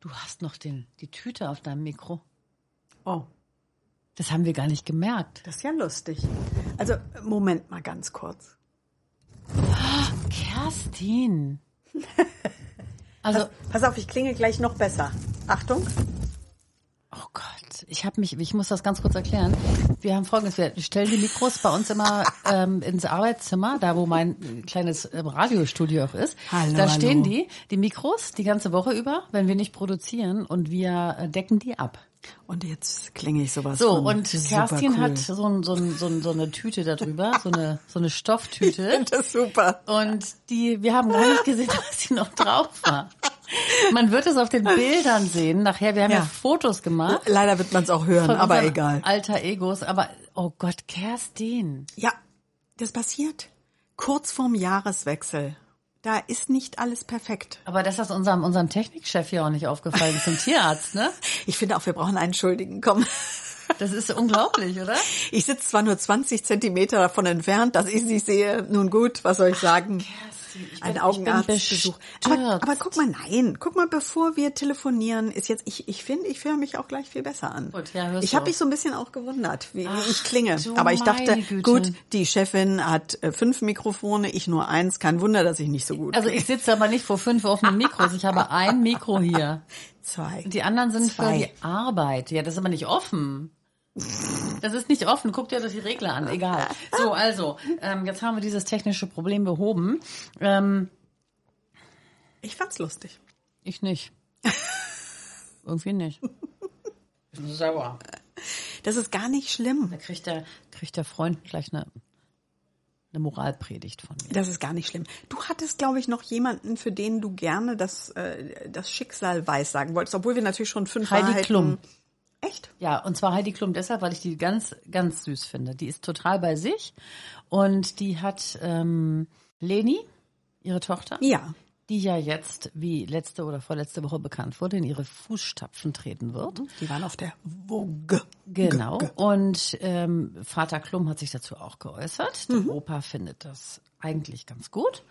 Speaker 2: Du hast noch den, die Tüte auf deinem Mikro.
Speaker 3: Oh,
Speaker 2: Das haben wir gar nicht gemerkt.
Speaker 3: das ist ja lustig. Also, Moment mal ganz kurz.
Speaker 2: Kerstin. Also,
Speaker 3: Pass auf, ich klinge gleich noch besser. Achtung.
Speaker 2: oh Gott, ich habe mich, ich muss das ganz kurz erklären. Wir haben folgendes, wir stellen die Mikros bei uns immer ähm, ins Arbeitszimmer, da wo mein äh, kleines ähm, Radiostudio auch ist.
Speaker 3: Hallo,
Speaker 2: da
Speaker 3: hallo.
Speaker 2: stehen die, die Mikros, die ganze Woche über, wenn wir nicht produzieren und wir äh, decken die ab.
Speaker 3: Und jetzt klinge ich sowas.
Speaker 2: So,
Speaker 3: von.
Speaker 2: und
Speaker 3: Oh, Super
Speaker 2: Kerstin
Speaker 3: cool.
Speaker 2: hat so, ein, so, ein, so, ein, so eine Tüte darüber, so eine, so eine Stofftüte.
Speaker 3: Das ist super.
Speaker 2: Und die, wir haben gar nicht gesehen, dass sie noch drauf war. Man wird es auf den Bildern sehen. Nachher, wir haben ja,
Speaker 3: Ja.
Speaker 2: Fotos gemacht.
Speaker 3: Leider wird man es auch hören,
Speaker 2: von
Speaker 3: aber
Speaker 2: unseren
Speaker 3: egal.
Speaker 2: Alter Egos, aber oh Gott, Kerstin.
Speaker 3: Ja, das passiert kurz vorm Jahreswechsel. Da ist nicht alles perfekt.
Speaker 2: Aber dass das unserem, unserem Technikchef hier auch nicht aufgefallen ist, dem Tierarzt, ne?
Speaker 3: Ich finde auch, wir brauchen einen Schuldigen. Komm.
Speaker 2: Das ist unglaublich, oder?
Speaker 3: Ich sitze zwar nur 20 Zentimeter davon entfernt, dass ich sie sehe. Nun gut, was soll ich sagen?
Speaker 2: ich bin-
Speaker 3: Ein
Speaker 2: ich bin
Speaker 3: Augenarztbesuch. Aber,
Speaker 2: bestürzt.
Speaker 3: aber guck mal, nein, guck mal, bevor wir telefonieren, ist jetzt ich ich finde, ich höre mich auch gleich viel besser an.
Speaker 2: Gut, ja, hörst
Speaker 3: ich
Speaker 2: du
Speaker 3: habe
Speaker 2: auch.
Speaker 3: mich so ein bisschen auch gewundert, wie,
Speaker 2: Ach,
Speaker 3: wie ich klinge.
Speaker 2: du
Speaker 3: Aber ich dachte,
Speaker 2: meine Güte.
Speaker 3: gut, die Chefin hat äh, fünf Mikrofone, ich nur eins. Kein Wunder, dass ich nicht so gut.
Speaker 2: Also ich sitze aber nicht vor fünf offenen Mikros. Ich habe ein Mikro hier.
Speaker 3: zwei.
Speaker 2: Die anderen sind
Speaker 3: Zwei.
Speaker 2: für die Arbeit. Ja, das ist aber nicht offen. Das ist nicht offen. Guck dir das die Regler an. Egal. So, also, ähm, jetzt haben wir dieses technische Problem behoben. Ähm,
Speaker 3: Ich fand's lustig.
Speaker 2: ich nicht. Irgendwie nicht. Ich bin sauer.
Speaker 3: Das ist gar nicht schlimm.
Speaker 2: Da kriegt der, kriegt der Freund gleich eine, eine Moralpredigt von mir.
Speaker 3: Das ist gar nicht schlimm. Du hattest, glaube ich, noch jemanden, für den du gerne das, äh, das Schicksal weiß sagen wolltest, obwohl wir natürlich schon fünf
Speaker 2: Heidi
Speaker 3: Wahrheiten-
Speaker 2: Klum.
Speaker 3: Echt?
Speaker 2: Ja, und zwar Heidi Klum deshalb, weil ich die ganz, ganz süß finde. Die ist total bei sich und die hat ähm, Leni, ihre Tochter,
Speaker 3: Ja.
Speaker 2: die ja jetzt, wie letzte oder vorletzte Woche bekannt wurde, in ihre Fußstapfen treten wird.
Speaker 3: Die waren auf der Vogue.
Speaker 2: Genau. Und ähm, Vater Klum hat sich dazu auch geäußert. Der Opa findet das eigentlich ganz gut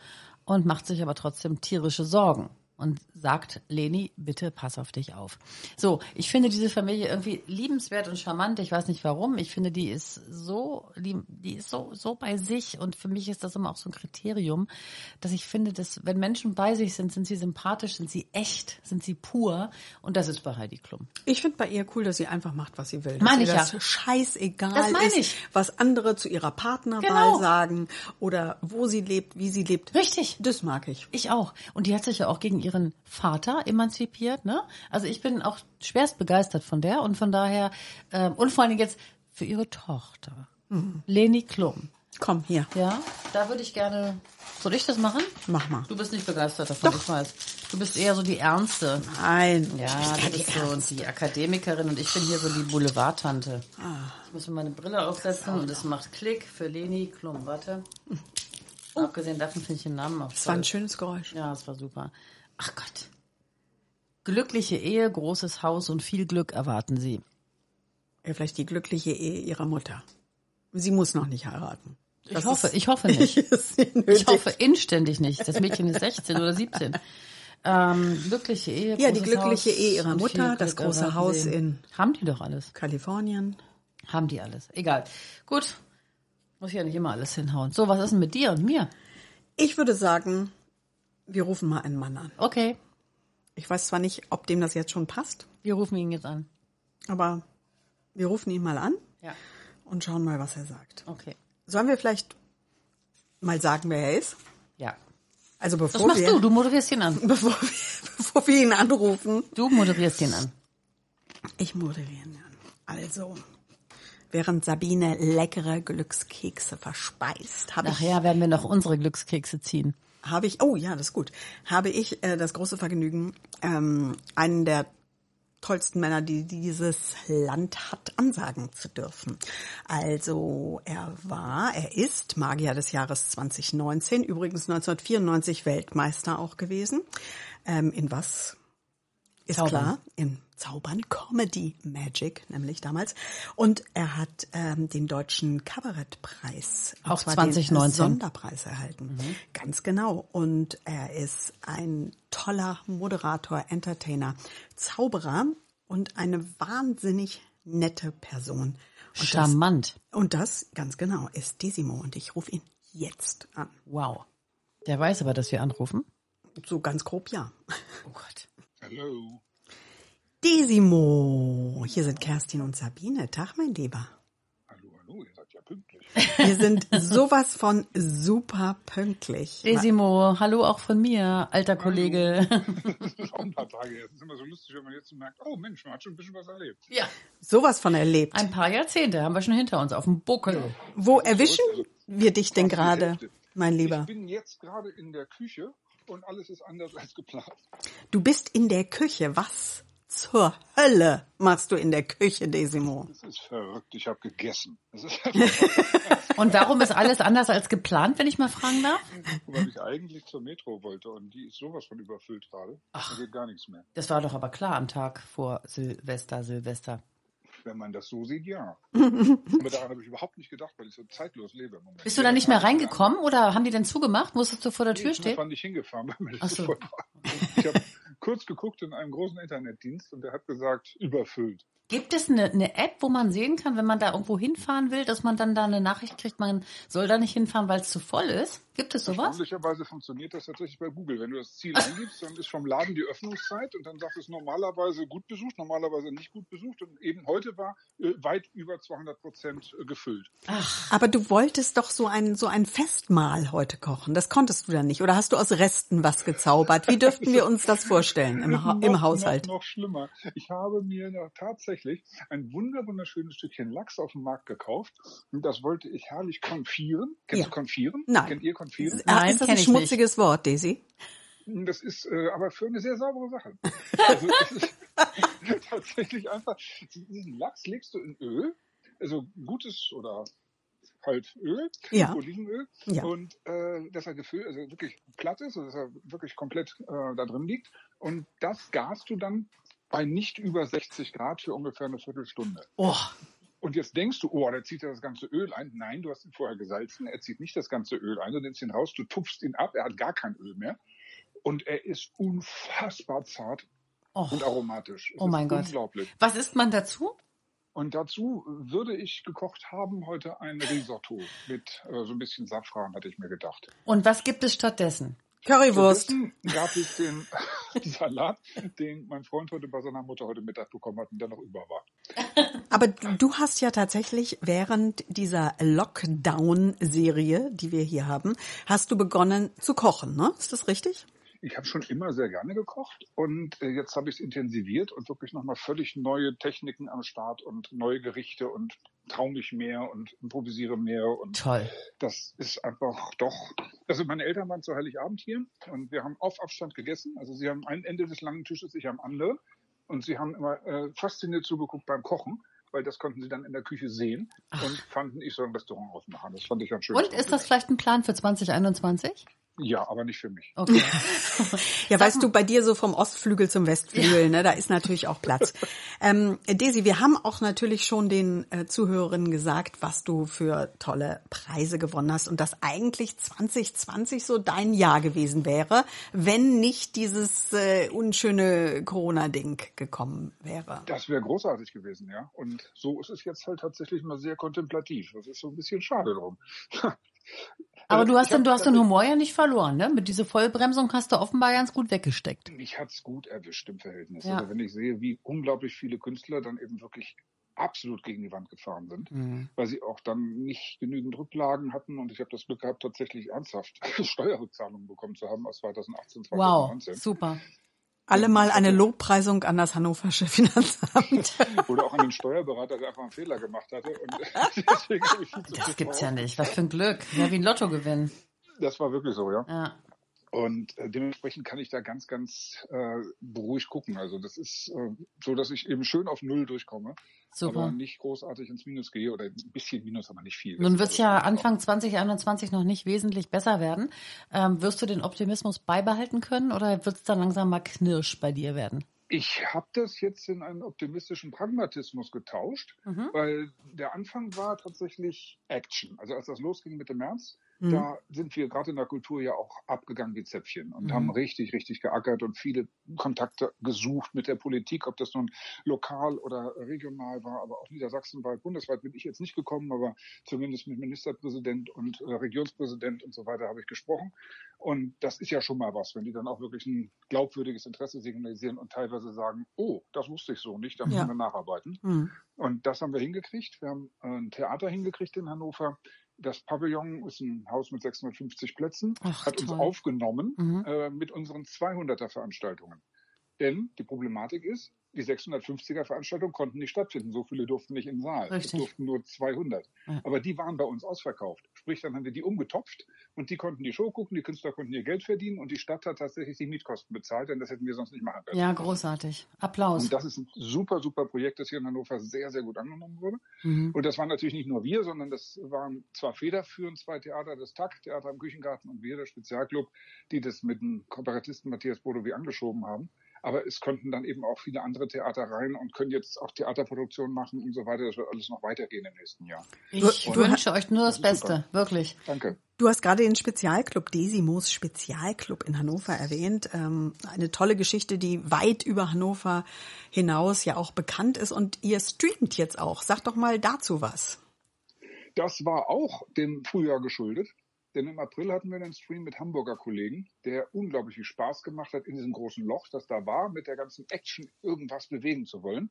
Speaker 2: und macht sich aber trotzdem tierische Sorgen und sagt Leni, bitte pass auf dich auf. So, ich finde diese Familie irgendwie liebenswert und charmant. Ich weiß nicht warum. Ich finde, die ist so, lieb, die ist so, so bei sich und für mich ist das immer auch so ein Kriterium, dass ich finde, dass wenn Menschen bei sich sind, sind sie sympathisch, sind sie echt, sind sie pur und das ist bei Heidi Klum.
Speaker 3: Ich finde bei ihr cool, dass sie einfach macht, was sie will. Dass
Speaker 2: Meine
Speaker 3: ihr
Speaker 2: ich
Speaker 3: das
Speaker 2: ja.
Speaker 3: scheißegal
Speaker 2: Das meine
Speaker 3: ist,
Speaker 2: ich.
Speaker 3: was andere zu ihrer Partnerwahl
Speaker 2: Genau.
Speaker 3: sagen oder wo sie lebt, wie sie lebt.
Speaker 2: Richtig.
Speaker 3: Das mag ich.
Speaker 2: Ich auch. Und die hat sich ja auch gegen ihren Vater emanzipiert, ne? Also ich bin auch schwerst begeistert von der und von daher, ähm, und vor allen Dingen jetzt für ihre Tochter.
Speaker 3: Mhm.
Speaker 2: Leni Klum.
Speaker 3: Komm, hier.
Speaker 2: Ja, da würde ich gerne. Soll ich das machen?
Speaker 3: Mach mal.
Speaker 2: Du bist nicht begeistert davon, ich weiß. Du bist eher so die Ernste.
Speaker 3: Nein.
Speaker 2: Ja, du bist so die Akademikerin und ich bin hier so die Boulevardtante.
Speaker 3: Ah.
Speaker 2: Ich muss mir meine Brille aufsetzen und es macht Klick für Leni Klum. Warte. Abgesehen davon finde ich den Namen auch
Speaker 3: Das Oh. war
Speaker 2: toll.
Speaker 3: ein schönes Geräusch.
Speaker 2: Ja, es war super. Ach Gott. Glückliche Ehe, großes Haus und viel Glück erwarten sie.
Speaker 3: Ja, vielleicht die glückliche Ehe ihrer Mutter. Sie muss noch nicht heiraten.
Speaker 2: Ich hoffe, ich hoffe nicht.
Speaker 3: Ist nicht nötig.
Speaker 2: Ich hoffe inständig nicht. Das Mädchen ist 16 oder 17. Ähm, glückliche Ehe.
Speaker 3: Ja, die
Speaker 2: großes
Speaker 3: glückliche
Speaker 2: Haus
Speaker 3: Ehe ihrer
Speaker 2: und viel
Speaker 3: Mutter, das
Speaker 2: Glück
Speaker 3: große
Speaker 2: erwarten
Speaker 3: Haus
Speaker 2: sie.
Speaker 3: in-
Speaker 2: Haben die doch alles.
Speaker 3: Kalifornien.
Speaker 2: Haben die alles. Egal. Gut. Muss ja nicht immer alles hinhauen. So, was ist denn mit dir und mir?
Speaker 3: Ich würde sagen, wir rufen mal einen Mann an.
Speaker 2: Okay.
Speaker 3: Ich weiß zwar nicht, ob dem das jetzt schon passt,
Speaker 2: Wir rufen ihn jetzt an.
Speaker 3: aber wir rufen ihn mal an
Speaker 2: Ja.
Speaker 3: und schauen mal, was er sagt.
Speaker 2: Okay.
Speaker 3: Sollen wir vielleicht mal sagen, wer er ist?
Speaker 2: Ja.
Speaker 3: Also
Speaker 2: Was
Speaker 3: bevor
Speaker 2: machst
Speaker 3: wir,
Speaker 2: du? Du moderierst ihn an.
Speaker 3: Bevor, wir, bevor wir ihn anrufen.
Speaker 2: Du moderierst ihn an.
Speaker 3: Ich moderiere ihn an. Also, während Sabine leckere Glückskekse verspeist, habe ich
Speaker 2: Nachher werden wir noch unsere Glückskekse ziehen.
Speaker 3: habe ich, oh ja, das ist gut, habe ich äh, das große Vergnügen, ähm, einen der tollsten Männer, die dieses Land hat, ansagen zu dürfen. Also er war, er ist Magier des Jahres 2019, übrigens 1994 Weltmeister auch gewesen. Ähm, in was? Ist
Speaker 2: Zaubern.
Speaker 3: klar, in Zaubern, Comedy Magic nämlich damals. Und er hat ähm, den deutschen Kabarettpreis, und
Speaker 2: Auch
Speaker 3: zwar
Speaker 2: 2019.
Speaker 3: Den Sonderpreis erhalten.
Speaker 2: Mhm.
Speaker 3: Ganz genau. Und er ist ein toller Moderator, Entertainer, Zauberer und eine wahnsinnig nette Person. Und
Speaker 2: Charmant.
Speaker 3: Das, und das, ganz genau, ist Desimo. Und ich rufe ihn jetzt an.
Speaker 2: Wow. Der weiß aber, dass wir anrufen.
Speaker 3: So ganz grob, ja.
Speaker 2: Oh Gott.
Speaker 4: Hallo.
Speaker 3: Desimo! Hier sind Kerstin und Sabine. Tag, mein Lieber.
Speaker 4: Hallo, hallo, ihr seid ja pünktlich.
Speaker 3: Wir sind sowas von super pünktlich.
Speaker 2: Desimo, hallo auch von mir, alter Kollege.
Speaker 4: Das ist auch ein paar Tage erst. Es ist immer so lustig, wenn man jetzt so merkt, oh Mensch, man hat schon ein bisschen was erlebt.
Speaker 2: Ja.
Speaker 3: Sowas von erlebt.
Speaker 2: Ein paar Jahrzehnte haben wir schon hinter uns auf dem Buckel.
Speaker 3: Wo erwischen wir dich denn
Speaker 4: Fast die
Speaker 3: gerade,
Speaker 4: Hälfte.
Speaker 3: mein Lieber?
Speaker 4: Ich bin jetzt gerade in der Küche und alles ist anders als geplant.
Speaker 3: Du bist in der Küche. Was zur Hölle machst du in der Küche, Desimo?
Speaker 4: Das ist verrückt. Ich habe gegessen. Das ist
Speaker 2: Und warum ist alles anders als geplant, wenn ich mal fragen darf?
Speaker 4: weil ich eigentlich zur Metro wollte und die ist sowas von überfüllt gerade. Da geht gar nichts mehr.
Speaker 2: Das war doch aber klar am Tag vor Silvester, Silvester.
Speaker 4: Wenn man das so sieht, ja. Aber daran habe ich überhaupt nicht gedacht, weil ich so zeitlos lebe im Moment.
Speaker 2: Bist du da nicht mehr reingekommen oder haben die denn zugemacht? Musstest du vor der Tür
Speaker 4: Ich bin
Speaker 2: stehen?
Speaker 4: einfach nicht hingefahren, weil mir
Speaker 2: Ach
Speaker 4: das
Speaker 2: so.
Speaker 4: so voll war. Ich habe kurz geguckt in einem großen Internetdienst und der hat gesagt, überfüllt.
Speaker 2: Gibt es eine, eine App, wo man sehen kann, wenn man da irgendwo hinfahren will, dass man dann da eine Nachricht kriegt, man soll da nicht hinfahren, weil es zu voll ist? Gibt es sowas?
Speaker 4: Erstaunlicherweise funktioniert das tatsächlich bei Google. Wenn du das Ziel eingibst, dann ist vom Laden die Öffnungszeit und dann sagt es normalerweise gut besucht, normalerweise nicht gut besucht und eben heute war äh, weit über 200 Prozent äh, gefüllt.
Speaker 3: Aber du wolltest doch so ein, so ein Festmahl heute kochen. Das konntest du dann nicht. Oder hast du aus Resten was gezaubert? Wie dürften wir uns das vorstellen im, ha
Speaker 4: Noch-
Speaker 3: im Haushalt?
Speaker 4: Noch, noch schlimmer. Ich habe mir noch tatsächlich ein wunder- wunderschönes Stückchen Lachs auf dem Markt gekauft und das wollte ich herrlich konfieren. Kennst
Speaker 3: Ja.
Speaker 4: du konfieren?
Speaker 3: Nein.
Speaker 4: Kennt ihr konfieren?
Speaker 3: Ah,
Speaker 2: Nein,
Speaker 3: ist das
Speaker 2: kenn
Speaker 3: ein
Speaker 2: ich
Speaker 3: schmutziges Wort, Daisy?
Speaker 4: Das ist äh, aber für eine sehr saubere Sache. Also, es ist tatsächlich einfach, diesen Lachs legst du in Öl, also gutes oder halt Öl,
Speaker 3: Ja.
Speaker 4: Olivenöl,
Speaker 3: Ja.
Speaker 4: und äh, dass er gefüllt, also wirklich platt ist, also dass er wirklich komplett äh, da drin liegt. Und das garst du dann bei nicht über 60 Grad für ungefähr eine Viertelstunde.
Speaker 3: Oh,
Speaker 4: Und jetzt denkst du, oh, da zieht er das ganze Öl ein. Nein, du hast ihn vorher gesalzen. Er zieht nicht das ganze Öl ein. Du nimmst ihn raus, du tupfst ihn ab. Er hat gar kein Öl mehr. Und er ist unfassbar zart
Speaker 2: Oh.
Speaker 4: und aromatisch. Es
Speaker 2: Oh
Speaker 4: ist
Speaker 2: mein Gott.
Speaker 4: Unglaublich.
Speaker 2: Was isst man dazu?
Speaker 4: Und dazu würde ich gekocht haben heute ein Risotto mit äh, so ein bisschen Safran, hatte ich mir gedacht.
Speaker 2: Und was gibt es stattdessen?
Speaker 3: Currywurst.
Speaker 4: Stattdessen gab es den Salat, den mein Freund heute bei seiner Mutter heute Mittag bekommen hat und der noch über war.
Speaker 3: Aber du hast ja tatsächlich während dieser Lockdown-Serie, die wir hier haben, hast du begonnen zu kochen, ne? Ist das richtig?
Speaker 4: Ich habe schon immer sehr gerne gekocht und äh, jetzt habe ich es intensiviert und wirklich nochmal völlig neue Techniken am Start und neue Gerichte und traue mich mehr und improvisiere mehr und
Speaker 2: Toll.
Speaker 4: das ist einfach doch. Also meine Eltern waren zu Heiligabend hier und wir haben auf Abstand gegessen. Also sie haben ein Ende des langen Tisches, ich am anderen und sie haben immer äh, fasziniert zugeguckt beim Kochen, weil das konnten sie dann in der Küche sehen und fanden, ich soll ein Restaurant aufmachen. Das fand ich ganz schön.
Speaker 2: Und ist das vielleicht ein Plan für 2021?
Speaker 4: Ja, aber nicht für mich.
Speaker 2: Okay.
Speaker 3: Ja, weißt du, bei dir so vom Ostflügel zum Westflügel, ne, da ist natürlich auch Platz. ähm, Desi, wir haben auch natürlich schon den äh, Zuhörerinnen gesagt, was du für tolle Preise gewonnen hast und dass eigentlich 2020 so dein Jahr gewesen wäre, wenn nicht dieses äh, unschöne Corona-Ding gekommen wäre.
Speaker 4: Das wäre großartig gewesen, ja. Und so ist es jetzt halt tatsächlich mal sehr kontemplativ. Das ist so ein bisschen schade drum.
Speaker 2: Aber
Speaker 4: Äh,
Speaker 2: du hast,
Speaker 4: ich hab
Speaker 2: den, du hast den Humor ja also nicht verloren, ne? Mit dieser Vollbremsung hast du offenbar ganz gut weggesteckt.
Speaker 4: Mich hat's gut erwischt im Verhältnis.
Speaker 2: Ja.
Speaker 4: Also wenn ich sehe, wie unglaublich viele Künstler dann eben wirklich absolut gegen die Wand gefahren sind, weil sie auch dann nicht genügend Rücklagen hatten. Und ich habe das Glück gehabt, tatsächlich ernsthaft Steuerrückzahlungen bekommen zu haben aus 2018,
Speaker 2: Wow,
Speaker 4: 2019.
Speaker 2: super.
Speaker 3: Alle mal eine Lobpreisung an das Hannoversche Finanzamt.
Speaker 4: Oder auch an den Steuerberater, der einfach einen Fehler gemacht hatte. Und deswegen hab ich viel zu viel
Speaker 2: Das gibt's ja
Speaker 4: verloren.
Speaker 2: nicht. Was für ein Glück. Ja, wie ein Lottogewinn.
Speaker 4: Das war wirklich so, ja.
Speaker 2: Ja.
Speaker 4: Und äh, dementsprechend kann ich da ganz, ganz äh, beruhigt gucken. Also das ist äh, so, dass ich eben schön auf Null durchkomme,
Speaker 2: Super.
Speaker 4: aber nicht großartig ins Minus gehe oder ein bisschen Minus, aber nicht viel.
Speaker 2: Nun wird es ja
Speaker 4: Also,
Speaker 2: Anfang 2021 noch nicht wesentlich besser werden. Ähm, wirst du den Optimismus beibehalten können oder wird es dann langsam mal knirsch bei dir werden?
Speaker 4: Ich habe das jetzt in einen optimistischen Pragmatismus getauscht,
Speaker 2: Mhm.
Speaker 4: weil der Anfang war tatsächlich Action. Also als das losging Mitte März,
Speaker 2: Mhm.
Speaker 4: da sind wir gerade in der Kultur ja auch abgegangen wie Zäpfchen und
Speaker 2: Mhm.
Speaker 4: haben richtig, richtig geackert und viele Kontakte gesucht mit der Politik, ob das nun lokal oder regional war, aber auch niedersachsenweit, bundesweit bin ich jetzt nicht gekommen, aber zumindest mit Ministerpräsident und äh, Regionspräsident und so weiter habe ich gesprochen. Und das ist ja schon mal was, wenn die dann auch wirklich ein glaubwürdiges Interesse signalisieren und teilweise sagen, oh, das wusste ich so nicht, da müssen
Speaker 3: Ja.
Speaker 4: wir nacharbeiten.
Speaker 3: Hm.
Speaker 4: Und das haben wir hingekriegt. Wir haben äh, ein Theater hingekriegt in Hannover. Das Pavillon ist ein Haus mit 650 Plätzen,
Speaker 2: Ach,
Speaker 4: hat uns
Speaker 2: toll.
Speaker 4: aufgenommen
Speaker 2: Mhm.
Speaker 4: äh, mit unseren 200er Veranstaltungen. Denn die Problematik ist, die 650er Veranstaltungen konnten nicht stattfinden. So viele durften nicht im Saal. Es
Speaker 2: Richtig.
Speaker 4: durften nur 200.
Speaker 2: Ja.
Speaker 4: Aber die waren bei uns ausverkauft. Sprich, dann haben wir die umgetopft und die konnten die Show gucken, die Künstler konnten ihr Geld verdienen und die Stadt hat tatsächlich die Mietkosten bezahlt, denn das hätten wir sonst nicht machen können.
Speaker 2: Ja, großartig. Applaus.
Speaker 4: Und das ist ein super, super Projekt, das hier in Hannover sehr, sehr gut angenommen wurde.
Speaker 2: Mhm.
Speaker 4: Und das waren natürlich nicht nur wir, sondern das waren zwar federführend zwei Theater, das TAK, Theater am Küchengarten und wir, der Spezialclub, die das mit dem Kabarettisten Matthias Bodowi angeschoben haben. Aber es konnten dann eben auch viele andere Theater rein und können jetzt auch Theaterproduktionen machen und so weiter. Das wird alles noch weitergehen im nächsten Jahr.
Speaker 2: Ich
Speaker 3: Du- du
Speaker 2: wünsche euch nur das
Speaker 4: Das ist
Speaker 2: Beste, wirklich.
Speaker 4: Danke.
Speaker 3: Du hast gerade den Spezialclub, Desimos Spezialclub in Hannover erwähnt. Ähm, eine tolle Geschichte, die weit über Hannover hinaus ja auch bekannt ist. Und ihr streamt jetzt auch. Sag doch mal dazu was.
Speaker 4: Das war auch dem Frühjahr geschuldet. Denn im April hatten wir einen Stream mit Hamburger Kollegen, der unglaublich viel Spaß gemacht hat in diesem großen Loch, das da war, mit der ganzen Action irgendwas bewegen zu wollen.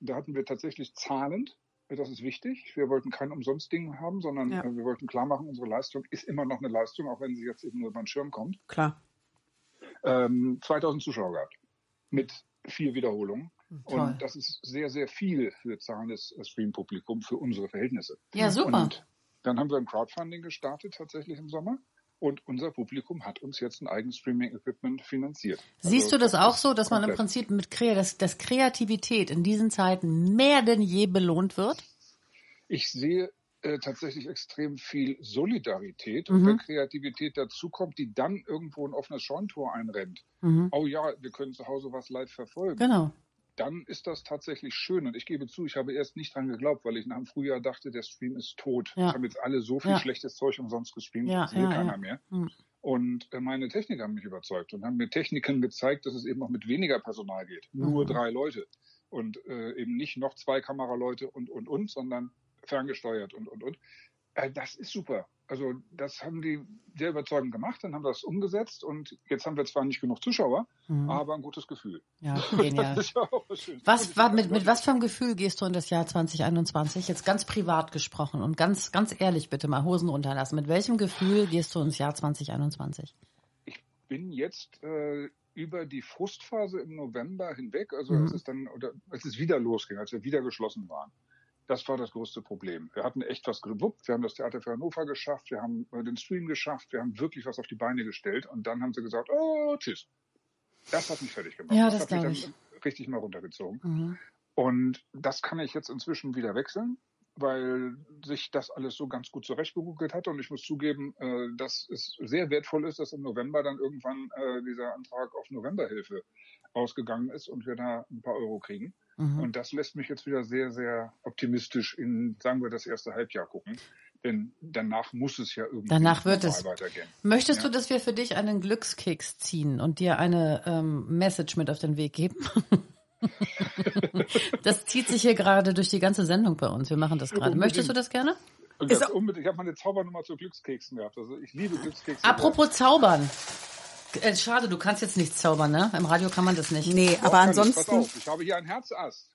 Speaker 4: Und da hatten wir tatsächlich zahlend äh, das ist wichtig. Wir wollten kein Umsonstding haben, sondern
Speaker 3: Ja.
Speaker 4: äh, wir wollten klar machen, unsere Leistung ist immer noch eine Leistung, auch wenn sie jetzt eben nur über den Schirm kommt.
Speaker 3: Klar.
Speaker 4: Ähm, 2000 Zuschauer gehabt mit vier Wiederholungen.
Speaker 2: Hm, Toll.
Speaker 4: Und das ist sehr, sehr viel für zahlendes äh, Stream-Publikum für unsere Verhältnisse.
Speaker 2: Ja, super.
Speaker 4: Und dann haben wir ein Crowdfunding gestartet tatsächlich im Sommer. Und unser Publikum hat uns jetzt ein eigenes Streaming-Equipment finanziert.
Speaker 2: Siehst
Speaker 4: Also,
Speaker 2: du das auch so, dass man im
Speaker 4: komplett.
Speaker 2: Prinzip mit Kre dass, dass Kreativität in diesen Zeiten mehr denn je belohnt wird?
Speaker 4: Ich sehe äh, tatsächlich extrem viel Solidarität
Speaker 2: Mhm.
Speaker 4: und wenn Kreativität dazukommt, die dann irgendwo ein offenes Scheuntor einrennt. Oh ja, wir können zu Hause was live verfolgen.
Speaker 2: Mhm. Genau.
Speaker 4: Dann ist das tatsächlich schön. Und ich gebe zu, ich habe erst nicht dran geglaubt, weil ich nach dem Frühjahr dachte, der Stream ist tot.
Speaker 2: Ja.
Speaker 4: Es haben jetzt alle so viel
Speaker 2: Ja.
Speaker 4: schlechtes Zeug umsonst gestreamt,
Speaker 2: Ja,
Speaker 4: das will
Speaker 2: ja,
Speaker 4: keiner
Speaker 2: ja.
Speaker 4: mehr.
Speaker 2: Mhm.
Speaker 4: Und äh, meine Techniker haben mich überzeugt und haben mir Techniken gezeigt, dass es eben auch mit weniger Personal geht. Nur
Speaker 2: Mhm.
Speaker 4: drei Leute. Und äh, eben nicht noch zwei Kameraleute und, und, und, sondern ferngesteuert und, und, und. Äh, das ist super. Also das haben die sehr überzeugend gemacht, dann haben wir das umgesetzt und jetzt haben wir zwar nicht genug Zuschauer,
Speaker 2: Mhm.
Speaker 4: aber ein gutes Gefühl.
Speaker 2: Ja, genial.
Speaker 4: Das ist ja auch was Schönes.
Speaker 2: Was, wa- mit, mit
Speaker 4: Leute-
Speaker 2: was für einem Gefühl gehst du in das Jahr 2021? Jetzt ganz privat gesprochen und ganz, ganz ehrlich bitte mal Hosen runterlassen. Mit welchem Gefühl gehst du ins Jahr 2021?
Speaker 4: ich bin jetzt äh, über die Frustphase im November hinweg, also
Speaker 2: Mhm.
Speaker 4: als es dann oder als es wieder losging, als wir wieder geschlossen waren. Das war das größte Problem. Wir hatten echt was gewuppt. Wir haben das Theater für Hannover geschafft. Wir haben äh, den Stream geschafft. Wir haben wirklich was auf die Beine gestellt. Und dann haben sie gesagt, oh, tschüss. Das hat mich fertig gemacht.
Speaker 2: Ja, das
Speaker 4: hat
Speaker 2: glaub
Speaker 4: mich dann richtig mal runtergezogen.
Speaker 2: Mhm.
Speaker 4: Und das kann ich jetzt inzwischen wieder wechseln, weil sich das alles so ganz gut zurechtgegoogelt hat. Und ich muss zugeben, äh, dass es sehr wertvoll ist, dass im November dann irgendwann äh, dieser Antrag auf Novemberhilfe ausgegangen ist und wir da ein paar Euro kriegen.
Speaker 2: Mhm.
Speaker 4: Und das lässt mich jetzt wieder sehr, sehr optimistisch in, sagen wir, das erste Halbjahr gucken. Denn danach muss es ja irgendwie
Speaker 2: Danach wird
Speaker 4: normal
Speaker 2: es.
Speaker 4: weitergehen.
Speaker 2: Möchtest
Speaker 4: Ja.
Speaker 2: du, dass wir für dich einen Glückskeks ziehen und dir eine ähm, Message mit auf den Weg geben? das zieht sich hier gerade durch die ganze Sendung bei uns. Wir machen das gerade.
Speaker 4: Unbedingt.
Speaker 2: Möchtest du das gerne?
Speaker 4: Und
Speaker 3: Ist
Speaker 4: das
Speaker 3: auch-
Speaker 4: unbedingt, ich habe meine Zaubernummer zu Glückskeksen gehabt. Also ich liebe Glückskekse.
Speaker 2: Apropos Zaubern. Äh, Schade, du kannst jetzt nichts zaubern, ne? Im Radio kann man das nicht.
Speaker 3: Nee, aber
Speaker 4: Kann ich, Pass
Speaker 3: ansonsten,
Speaker 4: auf, ich habe hier ein Herzass.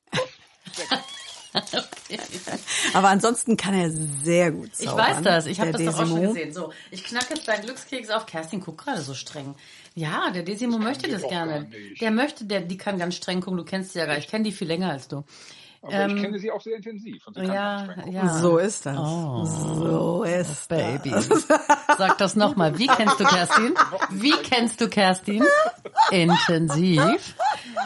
Speaker 3: aber ansonsten kann er sehr gut
Speaker 2: Ich
Speaker 3: zaubern.
Speaker 2: weiß das, ich habe das
Speaker 3: der
Speaker 2: doch auch schon
Speaker 3: Desimo.
Speaker 2: gesehen. So, ich knacke jetzt deinen Glückskeks auf. Kerstin guckt gerade so streng. Ja, der Desimo möchte
Speaker 4: die
Speaker 2: das
Speaker 4: doch gar
Speaker 2: gerne.
Speaker 4: nicht.
Speaker 2: Der möchte, der, die kann ganz streng gucken. Du kennst sie ja gar. Ich kenne die viel länger als du.
Speaker 4: Aber ich kenne sie auch sehr intensiv. Und sie kann auch
Speaker 2: Ähm, Ja,
Speaker 4: schmecken.
Speaker 2: ja.
Speaker 3: So ist das.
Speaker 2: Oh.
Speaker 3: So ist
Speaker 2: Baby. Sag das nochmal. Wie kennst du Kerstin? Wie kennst du Kerstin? Intensiv.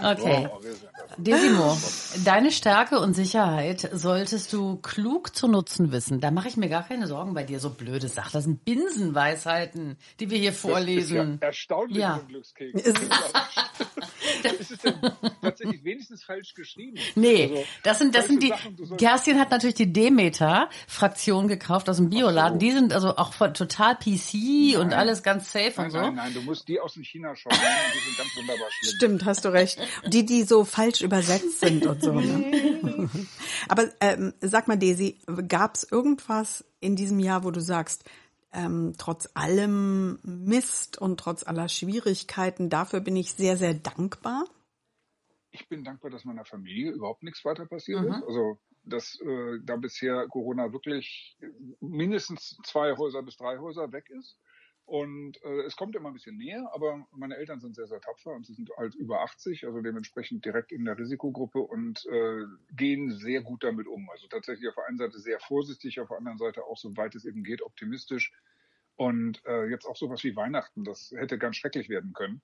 Speaker 2: Okay.
Speaker 4: Wow, wir sind das.
Speaker 2: Desimo, deine Stärke und Sicherheit solltest du klug zu nutzen wissen. Da mache ich mir gar keine Sorgen bei dir. So blöde Sache. Das sind Binsenweisheiten, die wir hier
Speaker 4: Ist ja
Speaker 2: vorlesen.
Speaker 4: erstaunlich
Speaker 2: Ja.
Speaker 4: ja. ein Glückskeks. Ist es denn tatsächlich wenigstens falsch geschrieben?
Speaker 2: Nee,
Speaker 4: Also,
Speaker 2: das sind, das sind die,
Speaker 4: solche Sachen, du sollst-
Speaker 2: Kerstin hat natürlich die Demeter-Fraktion gekauft aus dem Bioladen. Die sind also auch von, total PC und alles ganz safe
Speaker 4: Nein,
Speaker 2: und so.
Speaker 4: nein, nein, du musst die aus dem China schauen. Die sind ganz wunderbar schlimm.
Speaker 3: Stimmt, hast du recht. Die, die so falsch übersetzt sind und so. Ne? Aber ähm, sag mal, Desi, gab es irgendwas in diesem Jahr, wo du sagst, ähm, trotz allem Mist und trotz aller Schwierigkeiten, dafür bin ich sehr, sehr dankbar?
Speaker 4: ich bin dankbar, dass meiner Familie überhaupt nichts weiter passiert
Speaker 2: Mhm.
Speaker 4: ist. Also dass äh, da bisher Corona wirklich mindestens zwei Häuser bis drei Häuser weg ist. Und äh, es kommt immer ein bisschen näher, aber meine Eltern sind sehr, sehr tapfer und sie sind alt über 80, also dementsprechend direkt in der Risikogruppe und äh, gehen sehr gut damit um. Also tatsächlich auf der einen Seite sehr vorsichtig, auf der anderen Seite auch, soweit es eben geht, optimistisch. Und äh, jetzt auch sowas wie Weihnachten, das hätte ganz schrecklich werden können.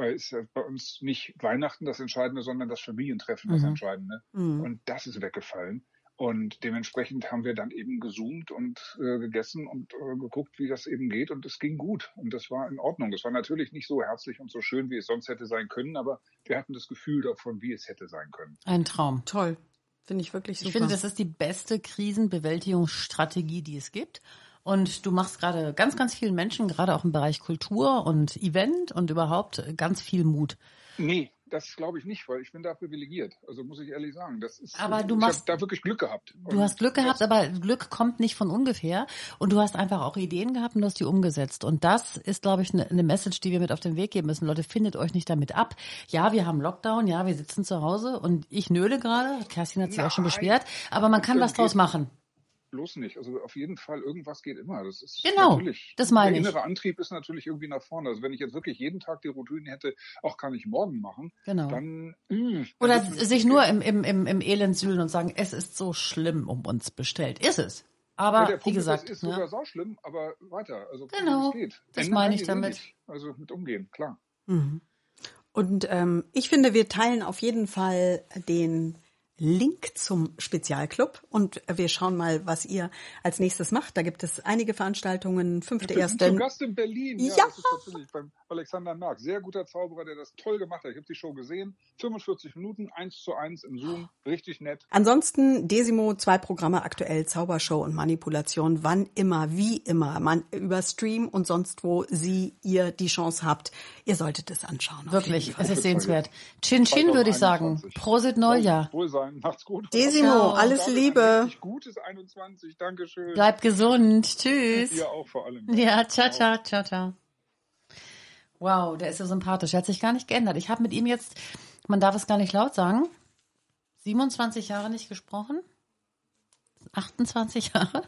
Speaker 4: Weil es ist ja bei uns nicht Weihnachten das Entscheidende, sondern das Familientreffen das
Speaker 2: Mhm.
Speaker 4: Entscheidende.
Speaker 3: Hm,
Speaker 4: Und das ist weggefallen. Und dementsprechend haben wir dann eben gezoomt und äh, gegessen und äh, geguckt, wie das eben geht. Und es ging gut. Und das war in Ordnung. Es war natürlich nicht so herzlich und so schön, wie es sonst hätte sein können, aber wir hatten das Gefühl davon, wie es hätte sein können.
Speaker 2: Ein Traum.
Speaker 3: Toll. Finde ich wirklich super.
Speaker 2: Ich finde, das ist die beste Krisenbewältigungsstrategie, die es gibt. Und du machst gerade ganz, ganz vielen Menschen, gerade auch im Bereich Kultur und Event und überhaupt ganz viel Mut.
Speaker 4: Nee, Das glaube ich nicht, weil ich bin da privilegiert. Also muss ich ehrlich sagen, das ist.
Speaker 2: Aber du
Speaker 4: ich
Speaker 2: machst-
Speaker 4: hab da wirklich Glück gehabt.
Speaker 2: Du hast Glück gehabt, aber Glück kommt nicht von ungefähr. Und du hast einfach auch Ideen gehabt und du hast die umgesetzt. Und das ist, glaube ich, ne, eine Message, die wir mit auf den Weg geben müssen. Leute, findet euch nicht damit ab. Ja, wir haben Lockdown, ja, wir sitzen zu Hause und ich nöle gerade. Kerstin hat sich auch schon
Speaker 4: Nein.
Speaker 2: beschwert. Aber man kann
Speaker 4: Dann
Speaker 2: was draus
Speaker 4: geht-
Speaker 2: machen.
Speaker 4: Bloß nicht. Also auf jeden Fall, irgendwas geht immer. Das ist
Speaker 2: Genau,
Speaker 4: natürlich.
Speaker 2: das meine
Speaker 4: der
Speaker 2: ich.
Speaker 4: innere Antrieb ist natürlich irgendwie nach vorne. Also wenn ich jetzt wirklich jeden Tag die Routine hätte, auch kann ich morgen machen,
Speaker 2: Genau.
Speaker 4: dann. Mh, dann
Speaker 2: Oder
Speaker 4: wird's mir
Speaker 2: sich
Speaker 4: nicht
Speaker 2: nur
Speaker 4: gehen.
Speaker 2: im, im, im, im Elend sühlen und sagen, es ist so schlimm um uns bestellt. Ist es.
Speaker 4: Ja,
Speaker 2: Aber
Speaker 4: der
Speaker 2: wie
Speaker 4: Punkt
Speaker 2: gesagt,
Speaker 4: ist, ist
Speaker 2: ne?
Speaker 4: sogar sauschlimm, aber weiter. Also
Speaker 2: Genau,
Speaker 4: es geht.
Speaker 2: das
Speaker 4: Ändern
Speaker 2: meine
Speaker 4: kann
Speaker 2: ich
Speaker 4: die Welt
Speaker 2: damit.
Speaker 4: nicht. Also mit umgehen, klar.
Speaker 3: Und ähm, ich finde, wir teilen auf jeden Fall den Link zum Spezialclub und wir schauen mal, was ihr als nächstes macht. Da gibt es einige Veranstaltungen, fünfte,
Speaker 4: Wir sind zu
Speaker 3: erste.
Speaker 4: Gast in Berlin. Ja,
Speaker 3: Ja.
Speaker 4: das ist tatsächlich beim Alexander Merck. Sehr guter Zauberer, der das toll gemacht hat. Ich habe die Show gesehen. 45 Minuten, eins zu eins im Zoom. Richtig nett.
Speaker 3: Ansonsten Desimo, zwei Programme aktuell, Zaubershow und Manipulation, wann immer, wie immer, man über Stream und sonst wo sie, ihr die Chance habt. Ihr solltet es anschauen.
Speaker 2: wirklich, es ist
Speaker 4: Fall
Speaker 2: sehenswert. Chin
Speaker 4: Halt
Speaker 2: Chin würde ich sagen.
Speaker 4: 2021.
Speaker 2: Prosit Neujahr.
Speaker 4: Wohlsein, macht's gut.
Speaker 3: Desimo,
Speaker 4: Ciao.
Speaker 3: alles
Speaker 4: David,
Speaker 3: Liebe.
Speaker 4: Ein richtig gutes 21, Dankeschön.
Speaker 2: Bleibt gesund. Tschüss.
Speaker 4: Ihr auch vor allem.
Speaker 2: Ja, ciao, ciao, ciao, ciao. Äh, Wow, der ist ja sympathisch. Der hat sich gar nicht geändert. Ich habe mit ihm jetzt, man darf es gar nicht laut sagen, 27 Jahre nicht gesprochen. 28 Jahre.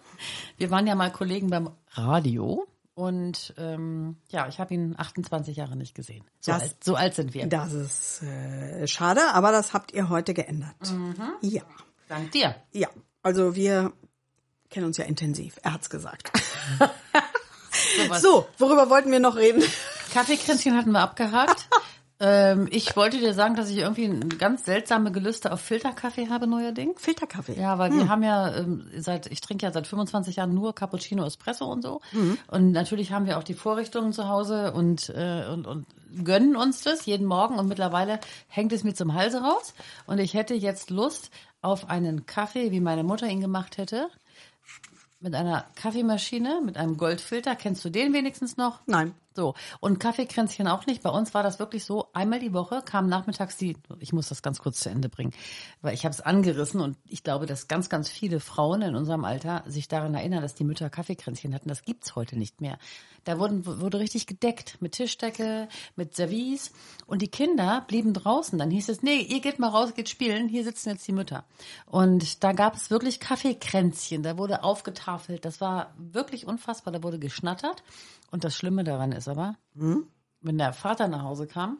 Speaker 2: Wir waren ja mal Kollegen beim Radio. Und ähm, ja, ich habe ihn 28 Jahre nicht gesehen. So,
Speaker 3: Das-
Speaker 2: alt, so alt sind wir.
Speaker 3: Das ist äh, schade, aber das habt ihr heute geändert.
Speaker 2: Mhm.
Speaker 3: Ja.
Speaker 2: Dank dir.
Speaker 3: Ja, also wir kennen uns ja intensiv. Er hat's gesagt.
Speaker 2: was-
Speaker 3: so, worüber wollten wir noch reden?
Speaker 2: Kaffeekränzchen hatten wir abgehakt. ähm, ich wollte dir sagen, dass ich irgendwie ganz seltsame Gelüste auf Filterkaffee habe neuerdings.
Speaker 3: Filterkaffee.
Speaker 2: Ja, weil wir haben ja ähm, seit, ich trinke ja seit 25 Jahren nur Cappuccino, Espresso und so. Und natürlich haben wir auch die Vorrichtungen zu Hause und, äh, und, und gönnen uns das jeden Morgen. Und mittlerweile hängt es mir zum Halse raus. Und ich hätte jetzt Lust auf einen Kaffee, wie meine Mutter ihn gemacht hätte. Mit einer Kaffeemaschine, mit einem Goldfilter. Kennst du den wenigstens noch?
Speaker 3: Nein.
Speaker 2: So, und Kaffeekränzchen auch nicht. Bei uns war das wirklich so, einmal die Woche kam nachmittags die, ich muss das ganz kurz zu Ende bringen, weil ich habe es angerissen und ich glaube, dass ganz, ganz viele Frauen in unserem Alter sich daran erinnern, dass die Mütter Kaffeekränzchen hatten. Das gibt's heute nicht mehr. Da wurden, wurde richtig gedeckt mit Tischdecke, mit Service und die Kinder blieben draußen. Dann hieß es, nee, ihr geht mal raus, geht spielen, hier sitzen jetzt die Mütter. Und da gab es wirklich Kaffeekränzchen, da wurde aufgetafelt, das war wirklich unfassbar, da wurde geschnattert. Und das Schlimme daran ist aber,
Speaker 3: Hm?
Speaker 2: wenn der Vater nach Hause kam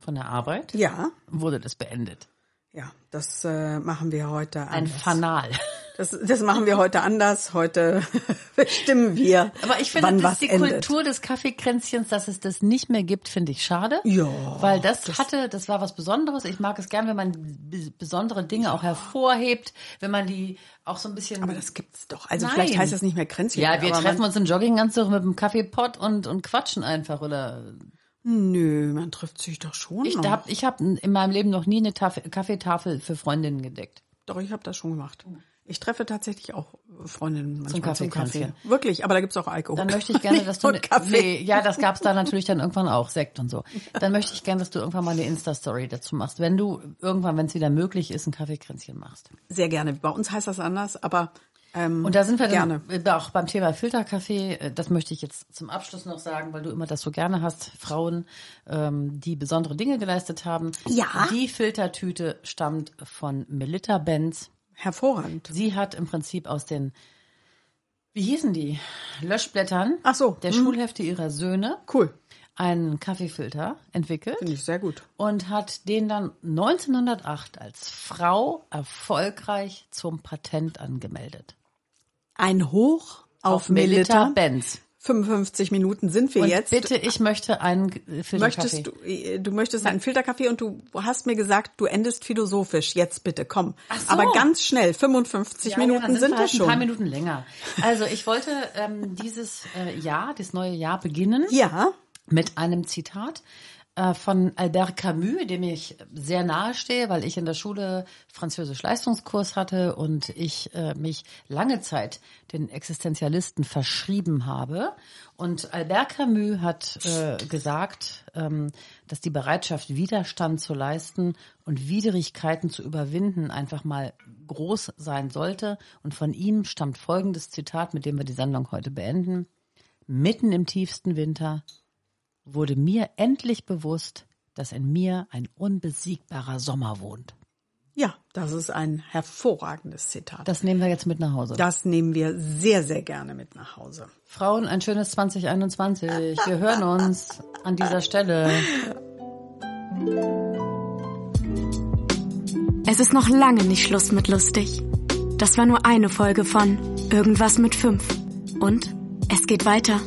Speaker 2: von der Arbeit,
Speaker 3: Ja,
Speaker 2: wurde das beendet.
Speaker 3: ja, das äh, machen wir heute
Speaker 2: Ein
Speaker 3: anders.
Speaker 2: Fanal.
Speaker 3: Das, das machen wir heute anders. Heute bestimmen wir,
Speaker 2: Aber ich
Speaker 3: wann
Speaker 2: finde, dass
Speaker 3: was
Speaker 2: die
Speaker 3: endet.
Speaker 2: Kultur des Kaffeekränzchen, dass es das nicht mehr gibt, finde ich schade.
Speaker 3: Ja,
Speaker 2: Weil das, hatte, das war was Besonderes. Ich mag es gern, wenn man b- besondere Dinge auch hervorhebt, wenn man die auch so ein bisschen.
Speaker 3: Aber das gibt's doch. Also
Speaker 2: Nein.
Speaker 3: vielleicht heißt es nicht mehr Kränzchen.
Speaker 2: ja, wir
Speaker 3: aber
Speaker 2: treffen
Speaker 3: man,
Speaker 2: uns im Jogginganzug mit einem Kaffeepott und, und quatschen einfach oder
Speaker 3: Nö, man trifft sich doch schon.
Speaker 2: Ich
Speaker 3: noch.
Speaker 2: habe ich hab in meinem Leben noch nie eine Tafel, Kaffeetafel für Freundinnen gedeckt.
Speaker 3: Doch, ich habe das schon gemacht.
Speaker 2: Oh.
Speaker 3: Ich treffe tatsächlich auch Freundinnen manchmal zum Kaffee.
Speaker 2: Kaffeekränzchen.
Speaker 3: Wirklich, aber da gibt's auch Alkohol.
Speaker 2: Dann möchte ich gerne,
Speaker 3: Nicht
Speaker 2: dass du.
Speaker 3: nur
Speaker 2: ne-
Speaker 3: Kaffee.
Speaker 2: Nee, ja, das gab's da natürlich dann irgendwann auch, Sekt und so. Dann möchte ich gerne, dass du irgendwann mal eine Insta-Story dazu machst, wenn du irgendwann, wenn es wieder möglich ist, ein Kaffeekränzchen machst.
Speaker 3: Sehr gerne. Bei uns heißt das anders, aber ähm,
Speaker 2: Und da sind wir
Speaker 3: gerne.
Speaker 2: dann äh, auch beim Thema Filterkaffee. Äh, Das möchte ich jetzt zum Abschluss noch sagen, weil du immer das so gerne hast. Frauen, ähm, die besondere Dinge geleistet haben.
Speaker 3: Ja.
Speaker 2: Die Filtertüte stammt von Melitta Benz.
Speaker 3: hervorragend.
Speaker 2: Sie hat im Prinzip aus den, wie hießen die? Löschblättern
Speaker 3: Ach so,
Speaker 2: der
Speaker 3: hm.
Speaker 2: Schulhefte ihrer Söhne
Speaker 3: Cool,
Speaker 2: einen Kaffeefilter entwickelt
Speaker 3: finde ich sehr gut.
Speaker 2: und hat den dann 1908 als Frau erfolgreich zum Patent angemeldet.
Speaker 3: Ein Hoch auf, Melitta.
Speaker 2: Benz.
Speaker 3: 55 Minuten sind wir
Speaker 2: Und
Speaker 3: jetzt.
Speaker 2: bitte, ich möchte einen äh, Filterkaffee.
Speaker 3: möchtest du, äh, du möchtest einen Filterkaffee und du hast mir gesagt, du endest philosophisch. Jetzt bitte, komm.
Speaker 2: Ach so.
Speaker 3: Aber ganz schnell, 55
Speaker 2: Ja,
Speaker 3: Minuten
Speaker 2: ja, dann
Speaker 3: sind
Speaker 2: wir
Speaker 3: wir
Speaker 2: halt Ein paar
Speaker 3: schon.
Speaker 2: Minuten länger. Also ich wollte ähm, dieses äh, Jahr, das neue Jahr beginnen.
Speaker 3: Ja,
Speaker 2: mit einem Zitat äh, von Albert Camus, dem ich sehr nahe stehe, weil ich in der Schule Französisch Leistungskurs hatte und ich äh, mich lange Zeit den Existenzialisten verschrieben habe. Und Albert Camus hat äh, gesagt, ähm, dass die Bereitschaft, Widerstand zu leisten und Widrigkeiten zu überwinden, einfach mal groß sein sollte. Und von ihm stammt folgendes Zitat, mit dem wir die Sendung heute beenden. Mitten im tiefsten Winter wurde mir endlich bewusst, dass in mir ein unbesiegbarer Sommer wohnt.
Speaker 3: Ja, das ist ein hervorragendes Zitat.
Speaker 2: Das nehmen wir jetzt mit nach Hause.
Speaker 3: Das nehmen wir sehr, sehr gerne mit nach Hause.
Speaker 2: Frauen, ein schönes 2021. Wir hören uns an dieser Stelle.
Speaker 1: Es ist noch lange nicht Schluss mit lustig. Das war nur eine Folge von Irgendwas mit fünf. Und es geht weiter.